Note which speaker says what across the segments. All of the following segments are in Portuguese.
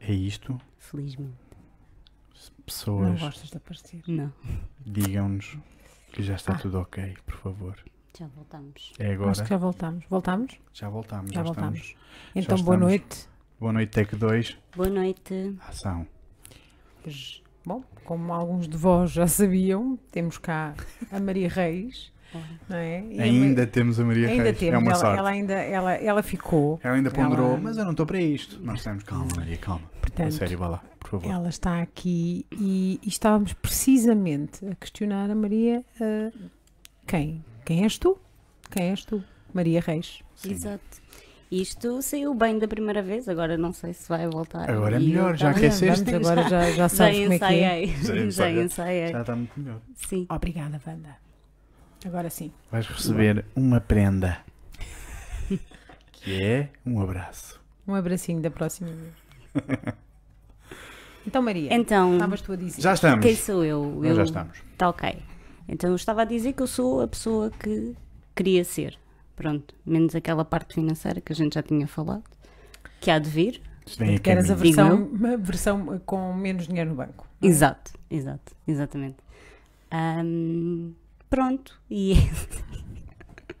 Speaker 1: É isto?
Speaker 2: Felizmente.
Speaker 3: Não
Speaker 1: Pessoas,
Speaker 3: gostas de aparecer.
Speaker 2: Não,
Speaker 1: digam-nos que já está
Speaker 3: Ah.
Speaker 1: tudo ok, por favor.
Speaker 2: já voltamos.
Speaker 1: É
Speaker 3: Acho
Speaker 1: agora.
Speaker 3: que já voltámos. Voltámos?
Speaker 1: Já voltámos, já,
Speaker 3: Já voltámos.
Speaker 1: estamos.
Speaker 3: Então,
Speaker 1: Já
Speaker 3: boa
Speaker 1: estamos.
Speaker 3: noite.
Speaker 1: Boa noite, Tech 2.
Speaker 2: Boa noite.
Speaker 1: Ação.
Speaker 3: Bom, como alguns de vós já sabiam, temos cá a Maria Reis, não é? E a Ma-
Speaker 1: Ainda temos a Maria
Speaker 3: ainda
Speaker 1: Reis.
Speaker 3: temos.
Speaker 1: é uma
Speaker 3: ela,
Speaker 1: sorte.
Speaker 3: ela ainda ela, ela ficou.
Speaker 1: Ela ainda ponderou,
Speaker 3: Ela-
Speaker 1: mas eu não estou para isto. Nós estamos, calma, Maria, calma. a
Speaker 3: Portanto,
Speaker 1: é sério, vá lá, por favor.
Speaker 3: Ela está aqui e, e estávamos precisamente a questionar a Maria ah, quem? Quem és tu? Quem és tu? Maria Reis.
Speaker 1: Sim.
Speaker 2: Exato. Isto saiu bem da primeira vez, agora não sei se vai voltar.
Speaker 1: Agora é
Speaker 2: E eu
Speaker 1: melhor, já
Speaker 2: tava-
Speaker 1: que é sexta.
Speaker 3: Vamos, agora já, já
Speaker 2: Já
Speaker 3: sabes como é que é.
Speaker 2: ensaiei.
Speaker 1: Já
Speaker 2: Já
Speaker 1: ensaiou.
Speaker 2: ensaiei.
Speaker 1: Já está muito melhor.
Speaker 2: Sim.
Speaker 3: Obrigada, Wanda. Agora sim.
Speaker 1: Vais receber uma prenda. que é um abraço.
Speaker 3: Um abracinho da próxima vez. então, Maria,
Speaker 2: Então,
Speaker 3: estavas tu a dizer.
Speaker 1: Já estamos.
Speaker 2: quem sou eu?
Speaker 1: Nós já
Speaker 2: Eu-
Speaker 1: estamos.
Speaker 2: Tá ok. Então eu estava a dizer que eu sou a pessoa que queria ser. Pronto. Menos aquela parte financeira que a gente já tinha falado. Que há de vir.
Speaker 1: Isto vem a
Speaker 3: que eras a
Speaker 1: caminho.
Speaker 3: versão, uma versão com menos dinheiro no banco.
Speaker 1: Ah, é?
Speaker 2: Exato, exato, exatamente. Ahm, pronto. E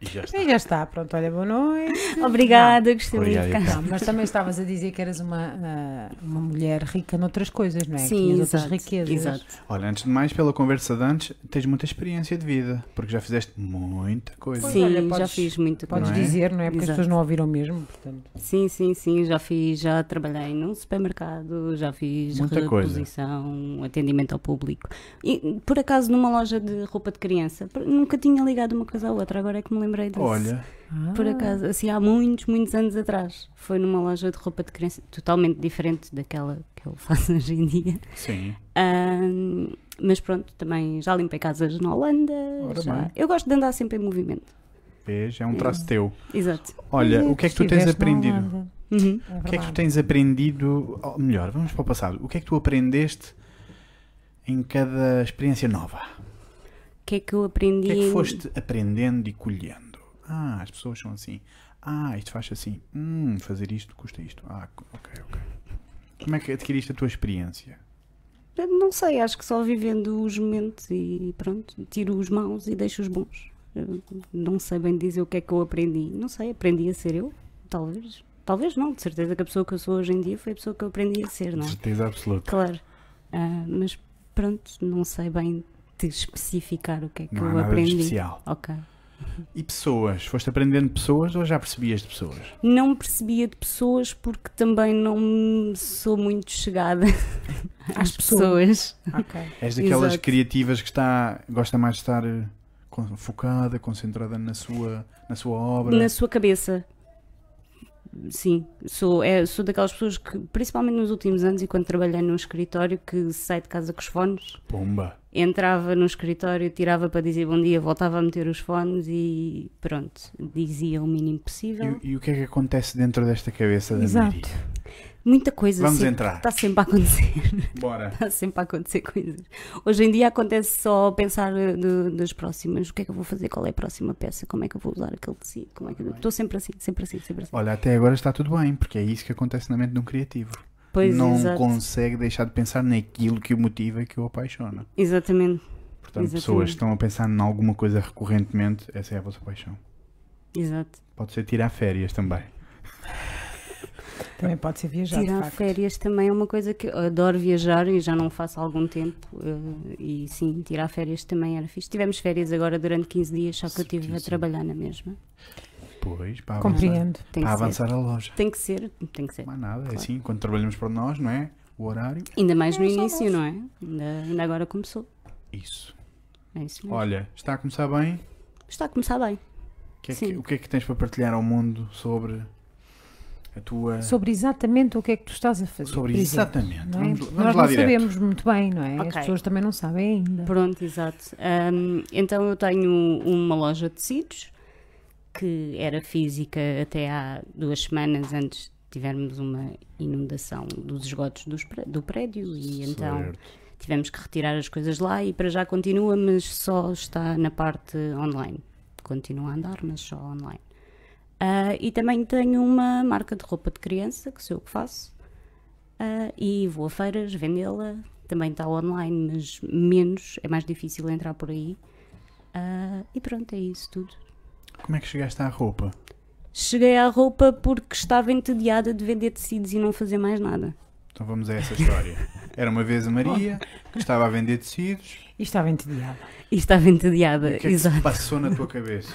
Speaker 2: é
Speaker 1: E já está.
Speaker 3: E já está, pronto, olha, boa noite.
Speaker 2: obrigada, gostei
Speaker 1: Obrigado,
Speaker 2: muito.
Speaker 1: então.
Speaker 3: Não, mas também estavas a dizer que eras uma, ah, uma mulher rica noutras coisas, não é? que
Speaker 2: Sim,
Speaker 3: tinhas
Speaker 2: exato,
Speaker 3: outras riquezas.
Speaker 2: exato.
Speaker 1: Olha, antes de mais, pela conversa de antes, tens muita experiência de vida, porque já fizeste muita coisa.
Speaker 3: Pois
Speaker 2: Sim,
Speaker 3: olha,
Speaker 2: já
Speaker 3: podes-
Speaker 2: fiz muito.
Speaker 3: Podes
Speaker 1: Não é?
Speaker 3: dizer, não é? Porque as
Speaker 2: Exato.
Speaker 3: pessoas não ouviram mesmo, portanto.
Speaker 2: Sim, sim, sim, já fiz, já trabalhei num supermercado, já fiz
Speaker 1: Muita coisa.
Speaker 2: reposição, atendimento ao público. E, por acaso numa loja de roupa de criança, Por- nunca tinha ligado uma coisa à outra, agora é que me lembrei disso.
Speaker 1: Olha,
Speaker 2: Por
Speaker 3: Ah.
Speaker 2: acaso, assim, há muitos, muitos anos atrás, foi numa loja de roupa de criança totalmente diferente daquela que eu faço hoje em dia.
Speaker 1: sim.
Speaker 2: Ahn, mas pronto, também já limpei casas na Holanda.
Speaker 1: Ora
Speaker 2: já-
Speaker 1: bem.
Speaker 2: Eu gosto de andar sempre em movimento.
Speaker 1: Vês, é um traço teu.
Speaker 2: Exato.
Speaker 1: Olha, o que é que tu tens
Speaker 3: Estiveste na
Speaker 1: aprendido?
Speaker 3: Holanda,
Speaker 2: Uhum.
Speaker 3: é
Speaker 1: O que é que tu
Speaker 3: verdade.
Speaker 1: tens aprendido? ou melhor, vamos para o passado. O que é que tu aprendeste em cada experiência nova?
Speaker 2: O que é que eu
Speaker 1: O
Speaker 2: aprendi?
Speaker 1: que é
Speaker 2: em-
Speaker 1: que foste aprendendo e colhendo? Ah, as pessoas são assim. Ah, isto faz assim. Hum, fazer isto custa isto. Ah, co- ok, ok. Como é que adquiriste a tua experiência?
Speaker 2: Não sei, acho que só vivendo os momentos e pronto, tiro os maus e deixo os bons. Eu Não sei bem dizer o que é que eu aprendi. Não sei, aprendi a ser eu, talvez. Talvez não, de certeza que a pessoa que eu sou hoje em dia foi a pessoa que eu aprendi a ser, não é?
Speaker 1: certeza absoluta.
Speaker 2: Claro. Ah, mas pronto, não sei bem te especificar o que é que
Speaker 1: Não há
Speaker 2: eu
Speaker 1: nada de
Speaker 2: aprendi.
Speaker 1: especial.
Speaker 2: Ok.
Speaker 1: E pessoas? Foste aprendendo pessoas ou já percebias de pessoas?
Speaker 2: Não me percebia de pessoas porque também não sou muito chegada às pessoas.
Speaker 3: Ok.
Speaker 1: És daquelas
Speaker 2: Exato.
Speaker 1: criativas que está, gosta mais de estar eh, con- focada, concentrada na sua, na sua obra?
Speaker 2: Na sua cabeça. Sim, sou, é, sou daquelas pessoas que, principalmente nos últimos anos, e quando trabalhei num escritório, que sai de casa com os fones,
Speaker 1: Pomba.
Speaker 2: entrava no escritório, tirava para dizer bom dia, voltava a meter os fones e pronto, dizia o mínimo possível.
Speaker 1: E, e o que é que acontece dentro desta cabeça da
Speaker 3: Exato.
Speaker 1: Maria?
Speaker 2: Muita coisa
Speaker 1: Vamos
Speaker 2: sempre,
Speaker 1: entrar.
Speaker 2: está Tá sempre a acontecer.
Speaker 1: Bora.
Speaker 2: Está sempre a acontecer coisas. Hoje em dia acontece só pensar eh, de- das próximas. O que é que eu vou fazer? Qual é a próxima peça? Como é que eu vou usar aquele tecido? Como é que eu- Estou sempre assim, sempre assim, sempre assim.
Speaker 1: Olha, até agora está tudo bem, porque é isso que acontece na mente de um criativo.
Speaker 2: Pois,
Speaker 1: não
Speaker 2: exato.
Speaker 1: consegue deixar de pensar naquilo que o motiva e que o apaixona.
Speaker 2: Exatamente,
Speaker 1: Portanto,
Speaker 2: Exatamente.
Speaker 1: pessoas que estão a pensar em alguma coisa recorrentemente, essa é a vossa paixão.
Speaker 2: exato.
Speaker 1: Pode ser tirar férias também.
Speaker 3: Também pode ser viajar, de
Speaker 2: Tirar
Speaker 3: facto.
Speaker 1: Ah,
Speaker 2: férias também é uma coisa que eu adoro viajar e já não faço há algum tempo. eh, E sim, tirar férias também era fixe. Tivemos férias agora durante 15 dias, só que eu estive a
Speaker 1: Certíssimo.
Speaker 2: trabalhar na mesma.
Speaker 1: Pois, para avançar,
Speaker 3: Compreendo.
Speaker 2: Tem que
Speaker 1: para
Speaker 2: ser.
Speaker 1: avançar a loja.
Speaker 2: Tem que ser, tem que ser.
Speaker 1: Não há nada, é
Speaker 2: Claro.
Speaker 1: assim, quando trabalhamos para nós, não é? O horário,
Speaker 2: Ainda mais no início, não é? Ainda, ainda agora começou.
Speaker 1: isso.
Speaker 2: É isso mesmo.
Speaker 1: Olha, está a começar bem.
Speaker 2: Está a começar bem.
Speaker 1: O que, é que,
Speaker 2: Sim.
Speaker 1: o que é que tens para partilhar ao mundo sobre a tua.
Speaker 3: Sobre exatamente o que é que tu estás a fazer.
Speaker 1: Ah. sobre
Speaker 3: por exemplo,
Speaker 1: exatamente.
Speaker 3: não é?
Speaker 1: Então Vamos,
Speaker 3: Porque
Speaker 1: vamos
Speaker 3: Nós
Speaker 1: lá
Speaker 3: não
Speaker 1: direto.
Speaker 3: sabemos muito bem, não é? As
Speaker 2: Ok.
Speaker 3: pessoas também não sabem ainda.
Speaker 2: Pronto, exato. Ahm, então eu tenho uma loja de tecidos que era física até há duas semanas antes de tivermos uma inundação dos esgotos dos pré- do prédio e então
Speaker 1: Certo.
Speaker 2: tivemos que retirar as coisas lá e para já continua, mas só está na parte online. Continua a andar, mas só online. Ah, e também tenho uma marca de roupa de criança, que sou eu que faço. Ah, Ah, e vou a feiras vendê-la. Também está online, mas menos, é mais difícil entrar por aí. Ah, e pronto, é isso tudo.
Speaker 1: Como é que chegaste à roupa?
Speaker 2: Cheguei à roupa porque estava entediada de vender tecidos e não fazer mais nada.
Speaker 1: Então vamos a essa história. Era uma vez a Maria que estava a vender tecidos.
Speaker 3: E estava entediada.
Speaker 2: E estava entediada,
Speaker 1: O que é que
Speaker 2: exato.
Speaker 1: se passou na tua cabeça?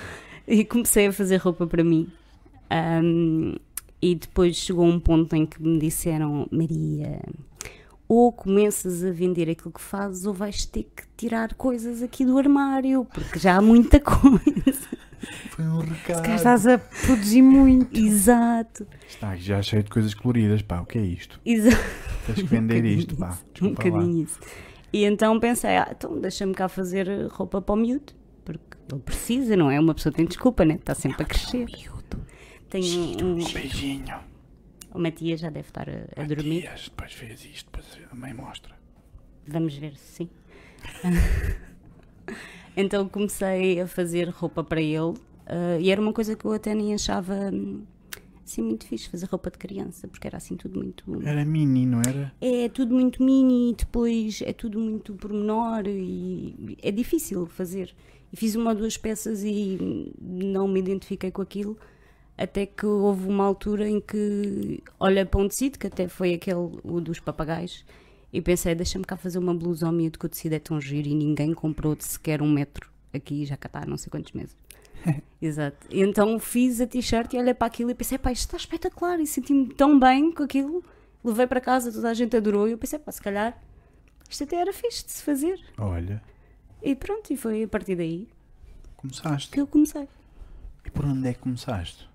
Speaker 2: E comecei a fazer roupa para mim. Ahm, e depois chegou um ponto em que me disseram: Maria, ou começas a vender aquilo que fazes, ou vais ter que tirar coisas aqui do armário, porque já há muita coisa.
Speaker 1: Foi um
Speaker 3: Se calhar
Speaker 1: recado.
Speaker 3: estás a produzir muito.
Speaker 1: Então.
Speaker 2: Exato,
Speaker 1: Está já cheio de coisas coloridas, pá. O que é isto?
Speaker 2: exato.
Speaker 1: Tens que vender isto, pá.
Speaker 2: Um
Speaker 1: Desculpa lá.
Speaker 2: bocadinho isso. E então pensei: ah, então deixa-me cá fazer roupa para o miúdo, porque ele precisa, não é? Uma pessoa tem desculpa, né? Está sempre a crescer. Tenho um.
Speaker 1: Um beijinho.
Speaker 2: O Matias já deve estar a, a dormir.
Speaker 1: Dias, depois vês isto, depois a mãe mostra.
Speaker 2: Vamos ver se sim. então comecei a fazer roupa para ele ah, e era uma coisa que eu até nem achava hum, assim muito fixe, fazer roupa de criança, porque era assim tudo muito.
Speaker 1: Era mini, não era?
Speaker 2: É tudo muito mini e depois é tudo muito pormenor e é difícil fazer. E fiz uma ou duas peças e hum, não me identifiquei com aquilo. Até que houve uma altura em que olha para um tecido, que até foi aquele o dos papagaios, e pensei, deixa-me cá fazer uma blusa ao miúdo que o tecido é tão giro e ninguém comprou de sequer um metro aqui, já cá está há não sei quantos meses. Exato. E Então fiz a t-shirt e olhei para aquilo e pensei, pá, isto está espetacular e senti-me tão bem com aquilo. Levei para casa, toda a gente adorou e eu pensei, pá, se calhar isto até era fixe de se fazer.
Speaker 1: Olha,
Speaker 2: E pronto, e foi a partir daí
Speaker 1: começaste.
Speaker 2: que eu comecei.
Speaker 1: E por onde é que começaste?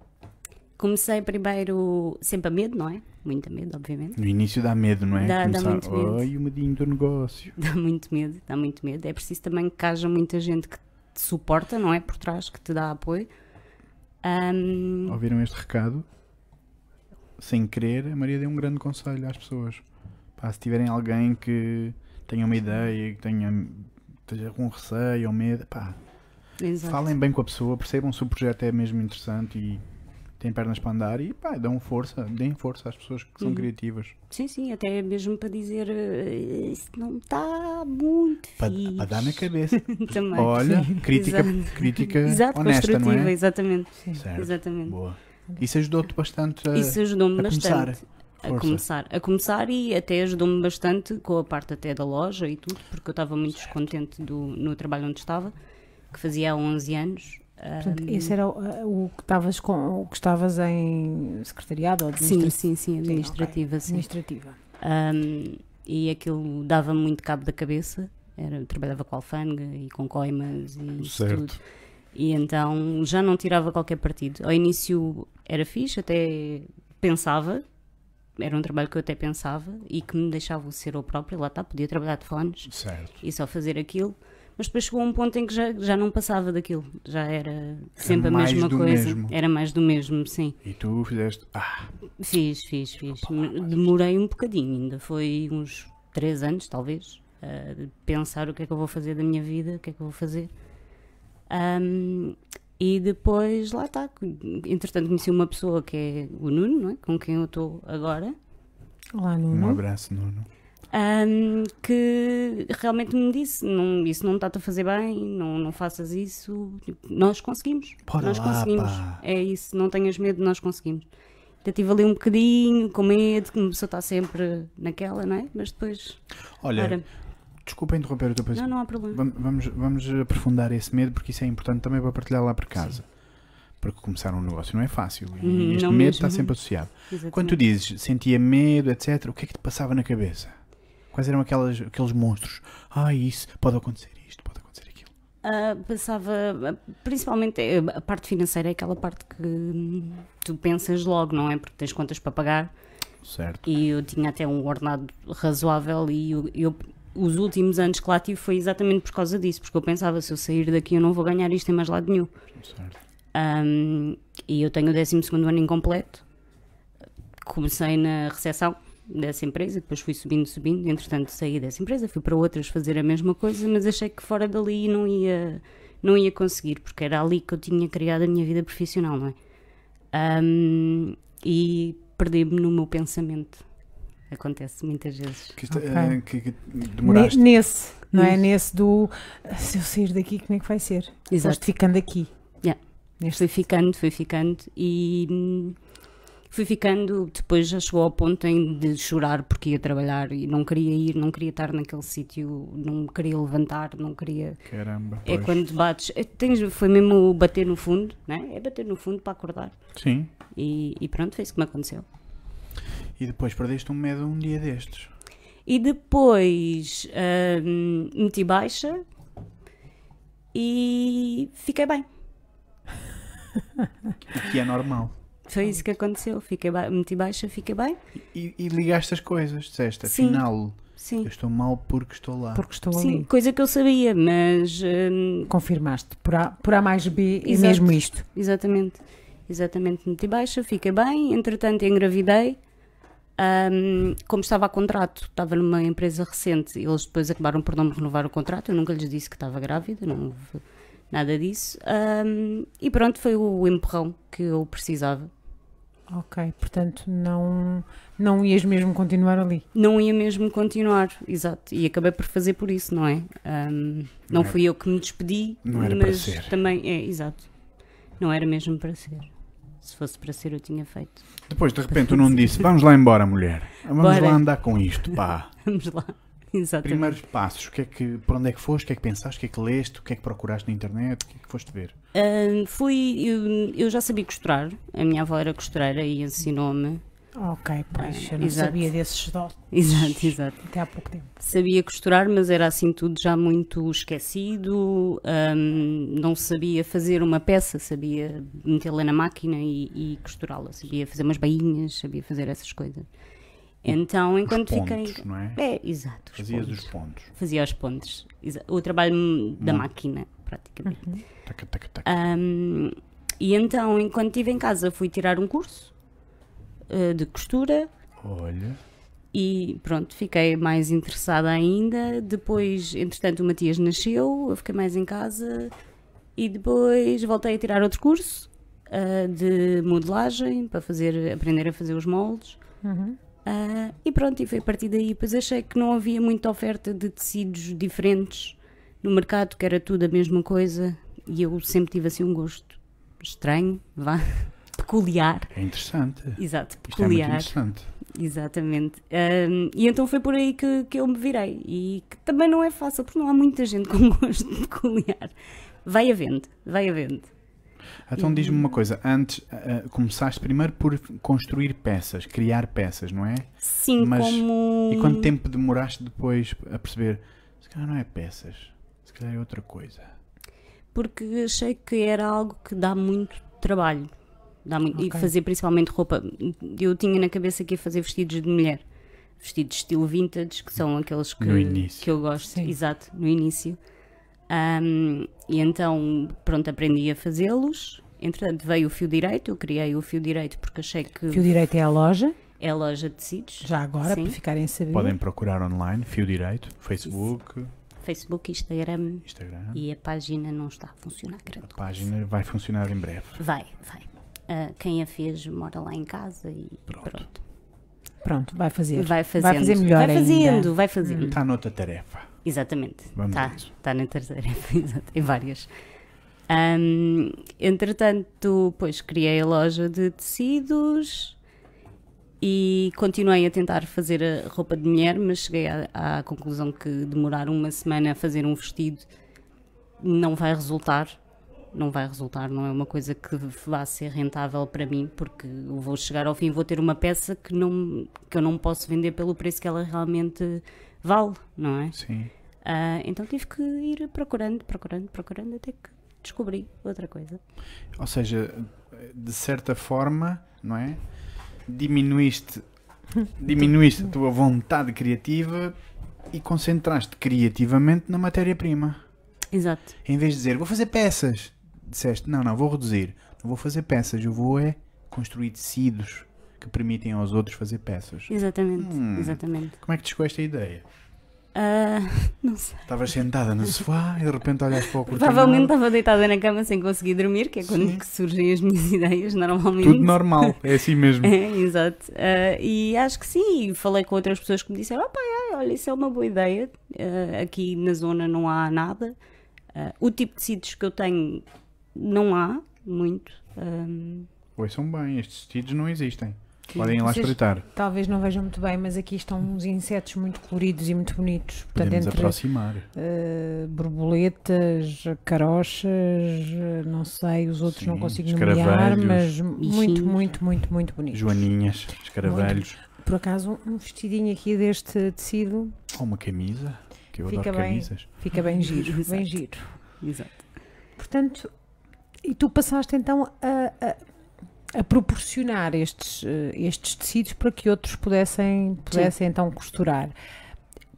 Speaker 2: Comecei primeiro sempre a medo, não é? Muito a medo, obviamente.
Speaker 1: No início dá medo, não é?
Speaker 2: Dá- dá muito medo.
Speaker 1: Ai, o medinho do negócio.
Speaker 2: Dá muito medo, dá muito medo. É preciso também que haja muita gente que te suporta, não é? Por trás, que te dá apoio. Ahm,
Speaker 1: Ouviram este recado? Sem querer, a Maria deu um grande conselho às pessoas. Pá, se tiverem alguém que tenha uma ideia, que tenha esteja com receio ou medo, pá,
Speaker 2: exato.
Speaker 1: falem bem com a pessoa, percebam se o projeto é mesmo interessante e tem pernas para andar e pá, dão força, deem força às pessoas que são
Speaker 2: Uhum.
Speaker 1: criativas.
Speaker 2: Sim, sim, até mesmo para dizer eh, isso não está muito
Speaker 1: Para
Speaker 2: fixe.
Speaker 1: para dar na cabeça.
Speaker 2: Também.
Speaker 1: Olha, crítica,
Speaker 2: é Exato.
Speaker 1: crítica
Speaker 2: Exato,
Speaker 1: honesta, não
Speaker 2: construtiva,
Speaker 1: é?
Speaker 2: exatamente.
Speaker 1: Certo.
Speaker 2: exatamente.
Speaker 1: Boa. Isso ajudou-te bastante a.
Speaker 2: Isso ajudou-me
Speaker 1: a começar.
Speaker 2: bastante. A
Speaker 1: Força.
Speaker 2: começar. A começar e até ajudou-me bastante com a parte até da loja e tudo, porque eu estava muito descontente do, no trabalho onde estava, que fazia há 11 anos.
Speaker 3: Portanto,
Speaker 2: Ahm,
Speaker 3: esse era o, o que estavas com, o que estavas em secretariado ou
Speaker 2: sim,
Speaker 3: administra-
Speaker 2: sim, sim, administrativa, sim.
Speaker 3: administrativa.
Speaker 2: Ahm, e aquilo dava muito cabo da cabeça. Era, eu trabalhava com alfândega e com coimas e isso
Speaker 1: Certo.
Speaker 2: tudo. E então já não tirava qualquer partido. Ao início era fixe, até pensava. Era um trabalho que eu até pensava e que me deixava ser eu própria. Lá está, podia trabalhar de fones
Speaker 1: Certo.
Speaker 2: e só fazer aquilo. Mas depois chegou um ponto em que já, já não passava daquilo. Já era sempre a
Speaker 1: mais
Speaker 2: mesma
Speaker 1: do
Speaker 2: coisa.
Speaker 1: mesmo.
Speaker 2: Era mais do mesmo, sim.
Speaker 1: E tu fizeste. Ah,
Speaker 2: Fiz, fiz, fiz. Demorei um bocadinho, ainda foi uns três anos, talvez, a pensar o que é que eu vou fazer da minha vida, o que é que eu vou fazer. Ahm, e depois, lá está. Entretanto, conheci uma pessoa que é o Nuno, não é? com quem eu estou agora,
Speaker 3: Lá no
Speaker 2: Uhum.
Speaker 1: um abraço, Nuno.
Speaker 2: ahm, que realmente me disse: não, Isso não está-te a fazer bem, não, não faças isso. Tipo, Nós conseguimos.
Speaker 1: Bora
Speaker 2: nós
Speaker 1: lá,
Speaker 2: conseguimos.
Speaker 1: pá.
Speaker 2: É isso, não tenhas medo, nós conseguimos. Ainda estive ali um bocadinho com medo, que uma pessoa está sempre naquela, não é? Mas depois.
Speaker 1: Olha,
Speaker 2: ora,
Speaker 1: desculpa interromper o teu
Speaker 2: não,
Speaker 1: pensamento.
Speaker 2: não há problema.
Speaker 1: Vam- Vamos, vamos aprofundar esse medo porque isso é importante também para partilhar lá para casa. Porque começar um negócio não é fácil. E
Speaker 2: Hum,
Speaker 1: este
Speaker 2: não
Speaker 1: medo
Speaker 2: mesmo.
Speaker 1: está sempre associado.
Speaker 2: Exatamente.
Speaker 1: Quando tu dizes sentia medo, etc., o que é que te passava na cabeça? Quais eram aquelas, aqueles monstros? Ah, isso, pode acontecer isto, pode acontecer aquilo.
Speaker 2: Ah, passava, ah, principalmente eh, a parte financeira, é aquela parte que hum, tu pensas logo, não é? Porque tens contas para pagar
Speaker 1: Certo.
Speaker 2: e eu tinha até um ordenado razoável e eu, eu- os últimos anos que lá tive foi exatamente por causa disso, porque eu pensava se eu sair daqui eu não vou ganhar isto em mais lado nenhum.
Speaker 1: certo.
Speaker 2: Um, e eu tenho o 12 ano incompleto. Comecei na recepção dessa empresa, depois fui subindo, subindo. Entretanto, saí dessa empresa, fui para outras fazer a mesma coisa, mas achei que fora dali não ia, não ia conseguir, porque era ali que eu tinha criado a minha vida profissional, não é? Um, e perdi-me no meu pensamento. Acontece muitas vezes.
Speaker 1: Que, isto-
Speaker 3: Ok.
Speaker 1: eh, que- que demoraste.
Speaker 3: Ne- Nesse, não é?
Speaker 2: Nesse.
Speaker 3: Nesse do "Ah, se eu sair daqui, como é que vai ser? Foste ficando aqui.
Speaker 2: Yeah.
Speaker 3: Neste
Speaker 2: Fui ficando, fui ficando e hum, fui ficando. Depois já chegou ao ponto em de chorar porque ia trabalhar e não queria ir, não queria estar naquele sítio, não me queria levantar, não queria.
Speaker 1: Caramba.
Speaker 2: É
Speaker 1: pois.
Speaker 2: quando bates. é, Tens, foi mesmo bater no fundo, né? É bater no fundo para acordar.
Speaker 1: Sim.
Speaker 2: E, e pronto, foi isso que me aconteceu.
Speaker 1: E depois perdeste um medo um dia destes.
Speaker 2: E depois hum, meti baixa e fiquei bem.
Speaker 1: O que é normal.
Speaker 2: Foi isso que aconteceu. Fiquei ba- meti baixa, fiquei bem.
Speaker 1: E, e ligaste as coisas, disseste,
Speaker 2: Sim.
Speaker 1: afinal,
Speaker 2: Sim.
Speaker 1: eu estou mal porque estou lá.
Speaker 3: porque estou
Speaker 2: Sim,
Speaker 3: ali.
Speaker 2: coisa que eu sabia, mas hum,
Speaker 3: Confirmaste. Por A, por a mais B e
Speaker 2: Exato.
Speaker 3: mesmo isto.
Speaker 2: exatamente, exatamente meti baixa, fiquei bem, entretanto engravidei. Hum, como estava a contrato, estava numa empresa recente, eles depois acabaram por não me renovar o contrato, eu nunca lhes disse que estava grávida, não houve nada disso. Hum, e pronto, foi o empurrão que eu precisava.
Speaker 3: Ok, portanto não, não ias mesmo continuar ali.
Speaker 2: Não ia mesmo continuar, exato, e acabei por fazer por isso, não é? Hum,
Speaker 1: Não
Speaker 2: não
Speaker 1: era-
Speaker 2: fui eu que me despedi,
Speaker 1: não era para
Speaker 2: mas
Speaker 1: ser.
Speaker 2: também, é, exato, não era mesmo para ser. Se fosse para ser, eu tinha feito.
Speaker 1: Depois, de repente, o Nuno disse, vamos lá embora, mulher. Vamos
Speaker 2: Bora.
Speaker 1: lá andar com isto, pá.
Speaker 2: Vamos lá, exatamente.
Speaker 1: Primeiros passos, o que é que, por onde é que foste, o que é que pensaste, o que é que leste, o que é que procuraste na internet, o que é que foste ver?
Speaker 2: Hum, fui, eu, eu já sabia costurar, a minha avó era costureira e ensinou-me.
Speaker 3: Ok, pois eu
Speaker 2: Ah,
Speaker 3: não
Speaker 2: exato.
Speaker 3: sabia desses dotes
Speaker 2: Exato, exato.
Speaker 3: até há pouco tempo.
Speaker 2: Sabia costurar, mas era assim tudo já muito esquecido, hum, não sabia fazer uma peça, sabia metê-la na máquina e, e costurá-la, sabia fazer umas bainhas, sabia fazer essas coisas. Então, enquanto
Speaker 1: os
Speaker 2: fiquei.
Speaker 1: pontos, não é?
Speaker 2: É, exato. os
Speaker 1: Fazias
Speaker 2: pontos.
Speaker 1: os Hum. pontos.
Speaker 2: Fazia os pontos. exa- O trabalho da máquina, praticamente.
Speaker 1: Taca, taca, taca.
Speaker 2: Ahm, e então, enquanto estive em casa, fui tirar um curso eh, de costura
Speaker 1: Olha,
Speaker 2: e pronto, fiquei mais interessada ainda. Depois, entretanto, o Matias nasceu, eu fiquei mais em casa e depois voltei a tirar outro curso ah, de modelagem para fazer, aprender a fazer os moldes. Ah, e pronto, e foi a partir daí. Pois achei que não havia muita oferta de tecidos diferentes no mercado, que era tudo a mesma coisa e eu sempre tive assim um gosto estranho, vá, peculiar.
Speaker 1: é interessante.
Speaker 2: Exato,
Speaker 1: Isto é muito
Speaker 2: peculiar.
Speaker 1: interessante.
Speaker 2: Exatamente. Ahm, e então foi por aí que, que eu me virei. E que também não é fácil, porque não há muita gente com gosto de colear. Vai havendo, vai havendo.
Speaker 1: Então diz-me uma coisa, antes ah, ah, começaste primeiro por construir peças, criar peças, não é?
Speaker 2: Sim,
Speaker 1: Mas-
Speaker 2: como.
Speaker 1: E quanto tempo demoraste depois a perceber? Se calhar não é peças, se calhar é outra coisa.
Speaker 2: Porque achei que era algo que dá muito trabalho. Dá muito... E
Speaker 3: Ok.
Speaker 2: fazer principalmente roupa. Eu tinha na cabeça que ia fazer vestidos de mulher. Vestidos estilo vintage, que são aqueles que,
Speaker 1: No início.
Speaker 2: que eu gosto.
Speaker 3: Sim.
Speaker 2: Exato, no início. Ahm, e então, pronto, aprendi a fazê-los. Entretanto, veio o fio direito. Eu criei o fio direito porque achei que
Speaker 3: Que o direito é a loja,
Speaker 2: é a loja de tecidos.
Speaker 3: já agora,
Speaker 2: Sim.
Speaker 3: para ficarem a saber.
Speaker 1: Podem procurar online, Fio Direito, Facebook,
Speaker 2: Facebook, Instagram.
Speaker 1: Instagram.
Speaker 2: E a página não está a funcionar, credo.
Speaker 1: A página vai funcionar em breve.
Speaker 2: Vai, vai. Ah, quem a fez mora lá em casa e pronto.
Speaker 3: Pronto, vai fazer.
Speaker 2: Vai fazendo.
Speaker 3: Vai fazer melhor
Speaker 2: Vai
Speaker 3: ainda. Hum.
Speaker 2: fazendo, vai fazendo.
Speaker 1: Está noutra tarefa.
Speaker 2: Exatamente.
Speaker 1: Vamos
Speaker 2: Está
Speaker 1: a isso.
Speaker 2: tá na terceira, exato, em várias. Ahm, entretanto, pois criei a loja de tecidos e continuei a tentar fazer a roupa de mulher, mas cheguei à, à conclusão que demorar uma semana a fazer um vestido não vai resultar. Não vai resultar, não é uma coisa que vá ser rentável para mim, porque eu vou chegar ao fim e vou ter uma peça que, não, que eu não posso vender pelo preço que ela realmente vale, não é?
Speaker 1: Sim.
Speaker 2: Ah, então tive que ir procurando, procurando, procurando até que descobri outra coisa.
Speaker 1: Ou seja, de certa forma, não é? Diminuíste, diminuíste a tua vontade criativa e concentraste criativamente na matéria-prima.
Speaker 2: Exato.
Speaker 1: Em vez de dizer, vou fazer peças, disseste, não, não, vou reduzir. Não vou fazer peças, eu vou é construir tecidos que permitem aos outros fazer peças. Hum.
Speaker 2: Exatamente. Exatamente.
Speaker 1: Como é que te chegou esta ideia?
Speaker 2: Ah, não sei.
Speaker 1: Estavas sentada no sofá e de repente olhas para o cortinado.
Speaker 2: Provavelmente estava deitada na cama sem conseguir dormir, que é quando
Speaker 1: Sim.
Speaker 2: que surgem as minhas ideias normalmente.
Speaker 1: Tudo normal, é assim mesmo.
Speaker 2: É, exato. Ah, e acho que sim, e falei com outras pessoas que me disseram: opa, é, olha, isso é uma boa ideia. Ah, aqui na zona não há nada. Ah, o tipo de sítios que eu tenho não há muito. Ah,
Speaker 1: Pois são bem, estes vestidos não existem. Podem ir lá
Speaker 3: Vocês-
Speaker 1: espreitar.
Speaker 3: Talvez não vejam muito bem, mas aqui estão uns insetos muito coloridos e muito bonitos. Portanto,
Speaker 1: Podemos
Speaker 3: entre
Speaker 1: aproximar.
Speaker 3: eh, borboletas, carochas, eh, não sei, os outros não
Speaker 1: Sim,
Speaker 3: consigo nomear,
Speaker 1: escaravelhos.
Speaker 3: mas muito,
Speaker 2: Bichinhos.
Speaker 3: muito, muito, muito bonitos.
Speaker 1: Joaninhas, escaravelhos.
Speaker 3: Por acaso, um vestidinho aqui deste tecido
Speaker 1: Ou uma camisa, que eu
Speaker 3: Fica
Speaker 1: adoro
Speaker 3: bem.
Speaker 1: camisas.
Speaker 3: fica é bem giro, bem
Speaker 2: Exato.
Speaker 3: giro.
Speaker 2: exato.
Speaker 3: Portanto, e tu passaste então a, a- a proporcionar estes, eh, estes tecidos para que outros pudessem, pudessem então costurar.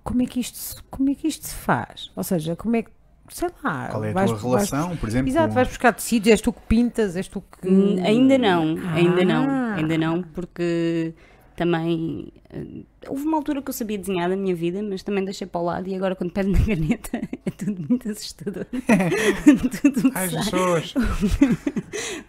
Speaker 3: Como é, que isto, se- como é que isto se faz? Ou seja, como é que, sei lá...
Speaker 1: Qual é a
Speaker 3: Ah, vais-
Speaker 1: tua relação, por
Speaker 3: Vais,
Speaker 1: exemplo?
Speaker 3: exato,
Speaker 1: com-
Speaker 3: vais buscar tecidos, és tu que pintas, és tu que...
Speaker 2: Hum, Ainda não, ainda não,
Speaker 3: Ah.
Speaker 2: ainda não, porque também. ah, houve uma altura que eu sabia desenhar da minha vida, mas também deixei para o lado e agora quando pego na caneta é tudo muito assustador. tudo
Speaker 1: Ai,
Speaker 2: sai.
Speaker 1: Jesus.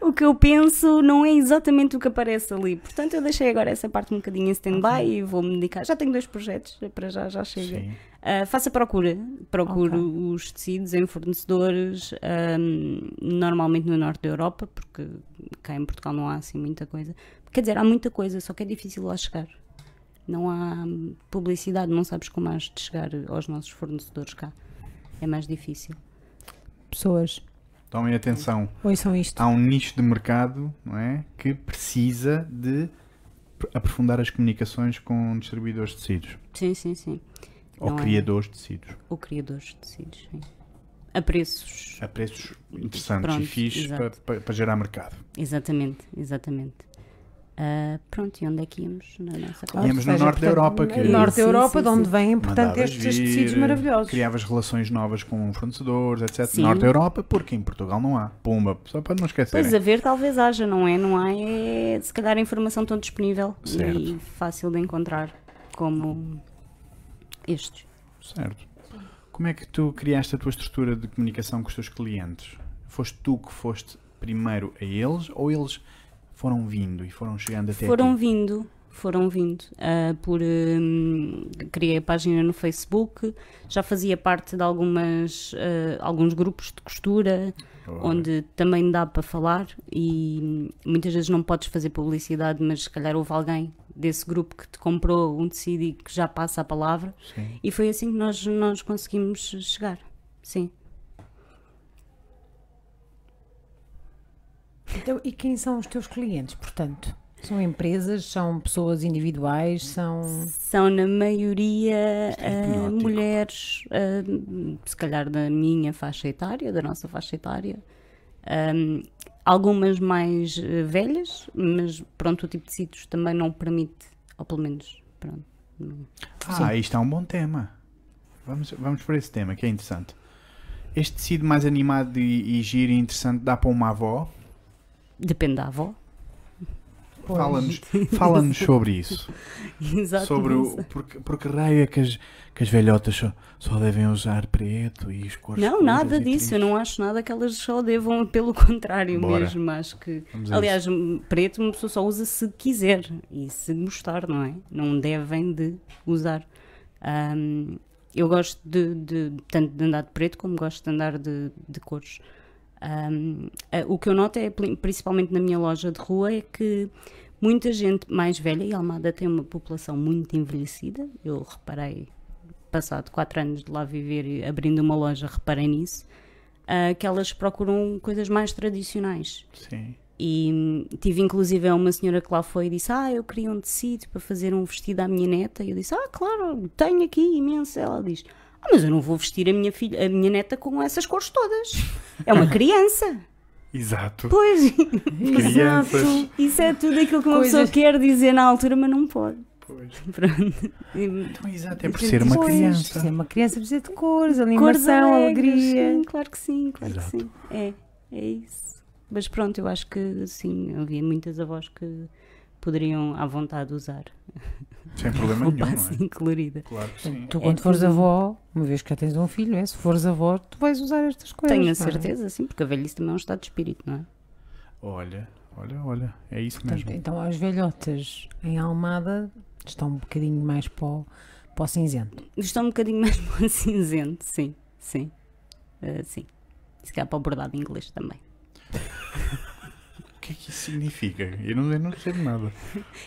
Speaker 2: o que eu penso não é exatamente o que aparece ali. Portanto, eu deixei agora essa parte um bocadinho em stand-by e vou-me dedicar. Já tenho dois projetos, para já já chega.
Speaker 1: Sim.
Speaker 2: Ah, faço a procura. Procuro os tecidos em fornecedores, ahm, normalmente no norte da Europa, porque cá em Portugal não há assim muita coisa. Quer dizer, há muita coisa, só que é difícil lá chegar. Não há hum, publicidade, não sabes como has de chegar aos nossos fornecedores cá. É mais difícil.
Speaker 3: Pessoas,
Speaker 1: Tomem atenção.
Speaker 3: ouçam isto.
Speaker 1: Há um nicho de mercado, não é? Que precisa de pr- aprofundar as comunicações com distribuidores de tecidos.
Speaker 2: Sim, sim, sim.
Speaker 1: Ou
Speaker 2: Não é?
Speaker 1: criadores de tecidos.
Speaker 2: ou criadores de tecidos, sim. A preços.
Speaker 1: A preços interessantes e
Speaker 2: Pronto,
Speaker 1: fixes para,
Speaker 2: exato.
Speaker 1: para- para gerar mercado.
Speaker 2: Exatamente, exatamente. Ah, pronto, e onde é que íamos na nossa
Speaker 3: Ou
Speaker 2: conversa?
Speaker 1: Viemos no norte da Europa, que-
Speaker 3: Norte da
Speaker 2: Sim,
Speaker 3: Europa,
Speaker 2: sim,
Speaker 3: de onde
Speaker 2: sim.
Speaker 3: vêm, portanto,
Speaker 1: Mandavas
Speaker 3: estes
Speaker 1: vir, eh,
Speaker 3: tecidos maravilhosos.
Speaker 1: Criavas relações novas com fornecedores, etc.
Speaker 2: Sim.
Speaker 1: Norte da Europa, porque em Portugal não há. Pumba, só para não
Speaker 2: Pois
Speaker 1: esquecerem.
Speaker 2: a ver, talvez haja, não é? Não há, é se calhar a informação tão disponível e
Speaker 1: Certo.
Speaker 2: fácil de encontrar como estes.
Speaker 1: Certo. Como é que tu criaste a tua estrutura de comunicação com os teus clientes? Foste tu que foste primeiro a eles ou eles foram vindo e foram chegando até
Speaker 2: Foram
Speaker 1: ti?
Speaker 2: vindo, foram vindo. ah, por, hum, criei a página no Facebook, já fazia parte de algumas, ah, alguns grupos de costura,
Speaker 1: Ou-
Speaker 2: onde também dá para falar e muitas vezes não podes fazer publicidade, mas se calhar houve alguém desse grupo que te comprou um tecido e que já passa a palavra.
Speaker 1: Sim.
Speaker 2: E foi assim que nós, nós conseguimos chegar. Sim.
Speaker 3: Então, e quem são os teus clientes, portanto? São empresas, são pessoas individuais, são.
Speaker 2: São na maioria
Speaker 1: Isto é
Speaker 2: ah,
Speaker 1: hipnótico.
Speaker 2: mulheres, ah, se calhar da minha faixa etária, da nossa faixa etária. Ahm, algumas mais eh, velhas, mas pronto, o tipo de sítios também não permite, ou pelo menos, pronto. não-
Speaker 1: Ah, isto é um bom tema. Vamos, vamos para esse tema, que é interessante. Este tecido mais animado e, e giro e interessante dá para uma avó?
Speaker 2: Depende da avó.
Speaker 3: Pois.
Speaker 1: Fala-nos fala sobre isso.
Speaker 2: Exato.
Speaker 1: sobre o, porque, porque raio é que as, que as velhotas só, só devem usar preto e as cores
Speaker 2: Não,
Speaker 1: escuras
Speaker 2: nada
Speaker 1: e
Speaker 2: disso.
Speaker 1: tristes.
Speaker 2: Eu não acho nada que elas só devam, pelo contrário
Speaker 1: Bora.
Speaker 2: mesmo. Acho que.
Speaker 1: Vamos a
Speaker 2: Aliás, um, preto uma pessoa só usa se quiser e se gostar, não é? Não devem de usar. Ahm, eu gosto de, de- tanto de andar de preto como gosto de andar de, de cores. Ahm, ah, o que eu noto é, pli- principalmente na minha loja de rua, é que muita gente mais velha, e Almada tem uma população muito envelhecida, eu reparei, passado quatro anos de lá viver e abrindo uma loja, reparei nisso, ah, que elas procuram coisas mais tradicionais.
Speaker 1: Sim.
Speaker 2: E hum, tive inclusive uma senhora que lá foi e disse: Ah, eu queria um tecido para fazer um vestido à minha neta. E eu disse: Ah, claro, tenho aqui imenso. Ela diz: Ah, mas eu não vou vestir a minha, filha, a minha neta com essas cores todas. É uma criança.
Speaker 1: Exato.
Speaker 2: pois,
Speaker 1: Crianças.
Speaker 2: isso é tudo aquilo que uma
Speaker 3: Coisas-
Speaker 2: pessoa quer dizer na altura, mas não pode. Pronto. E-
Speaker 1: Então, exato, é por ser uma
Speaker 3: Pois,
Speaker 1: criança.
Speaker 3: Ser uma criança precisa de cores,
Speaker 2: Cores
Speaker 3: animação,
Speaker 2: alegres,
Speaker 3: alegria.
Speaker 2: Sim, claro que sim, claro
Speaker 1: Exato.
Speaker 2: que sim. É, é isso. Mas pronto, eu acho que sim, havia muitas assim, avós que poderiam à vontade usar
Speaker 1: Sem problema nenhum,
Speaker 2: roupa
Speaker 1: não é?
Speaker 2: assim colorida.
Speaker 1: Claro que sim.
Speaker 3: Tu,
Speaker 2: É
Speaker 3: quando fores
Speaker 2: tudo.
Speaker 3: avó, uma vez que já tens um filho, é? se fores avó, tu vais usar estas coisas.
Speaker 2: Tenho a
Speaker 3: não é?
Speaker 2: certeza, sim, porque a velhice também é um estado de espírito, não é?
Speaker 1: Olha, olha, olha. É isso
Speaker 3: Portanto,
Speaker 1: mesmo.
Speaker 3: Então, as velhotas em Almada estão um bocadinho mais para o, para o cinzento.
Speaker 2: Estou um bocadinho mais para o cinzento, sim, sim. Ah, sim. Se calhar para o bordado inglês também.
Speaker 1: O que é que isso significa? Eu não, eu não sei nada.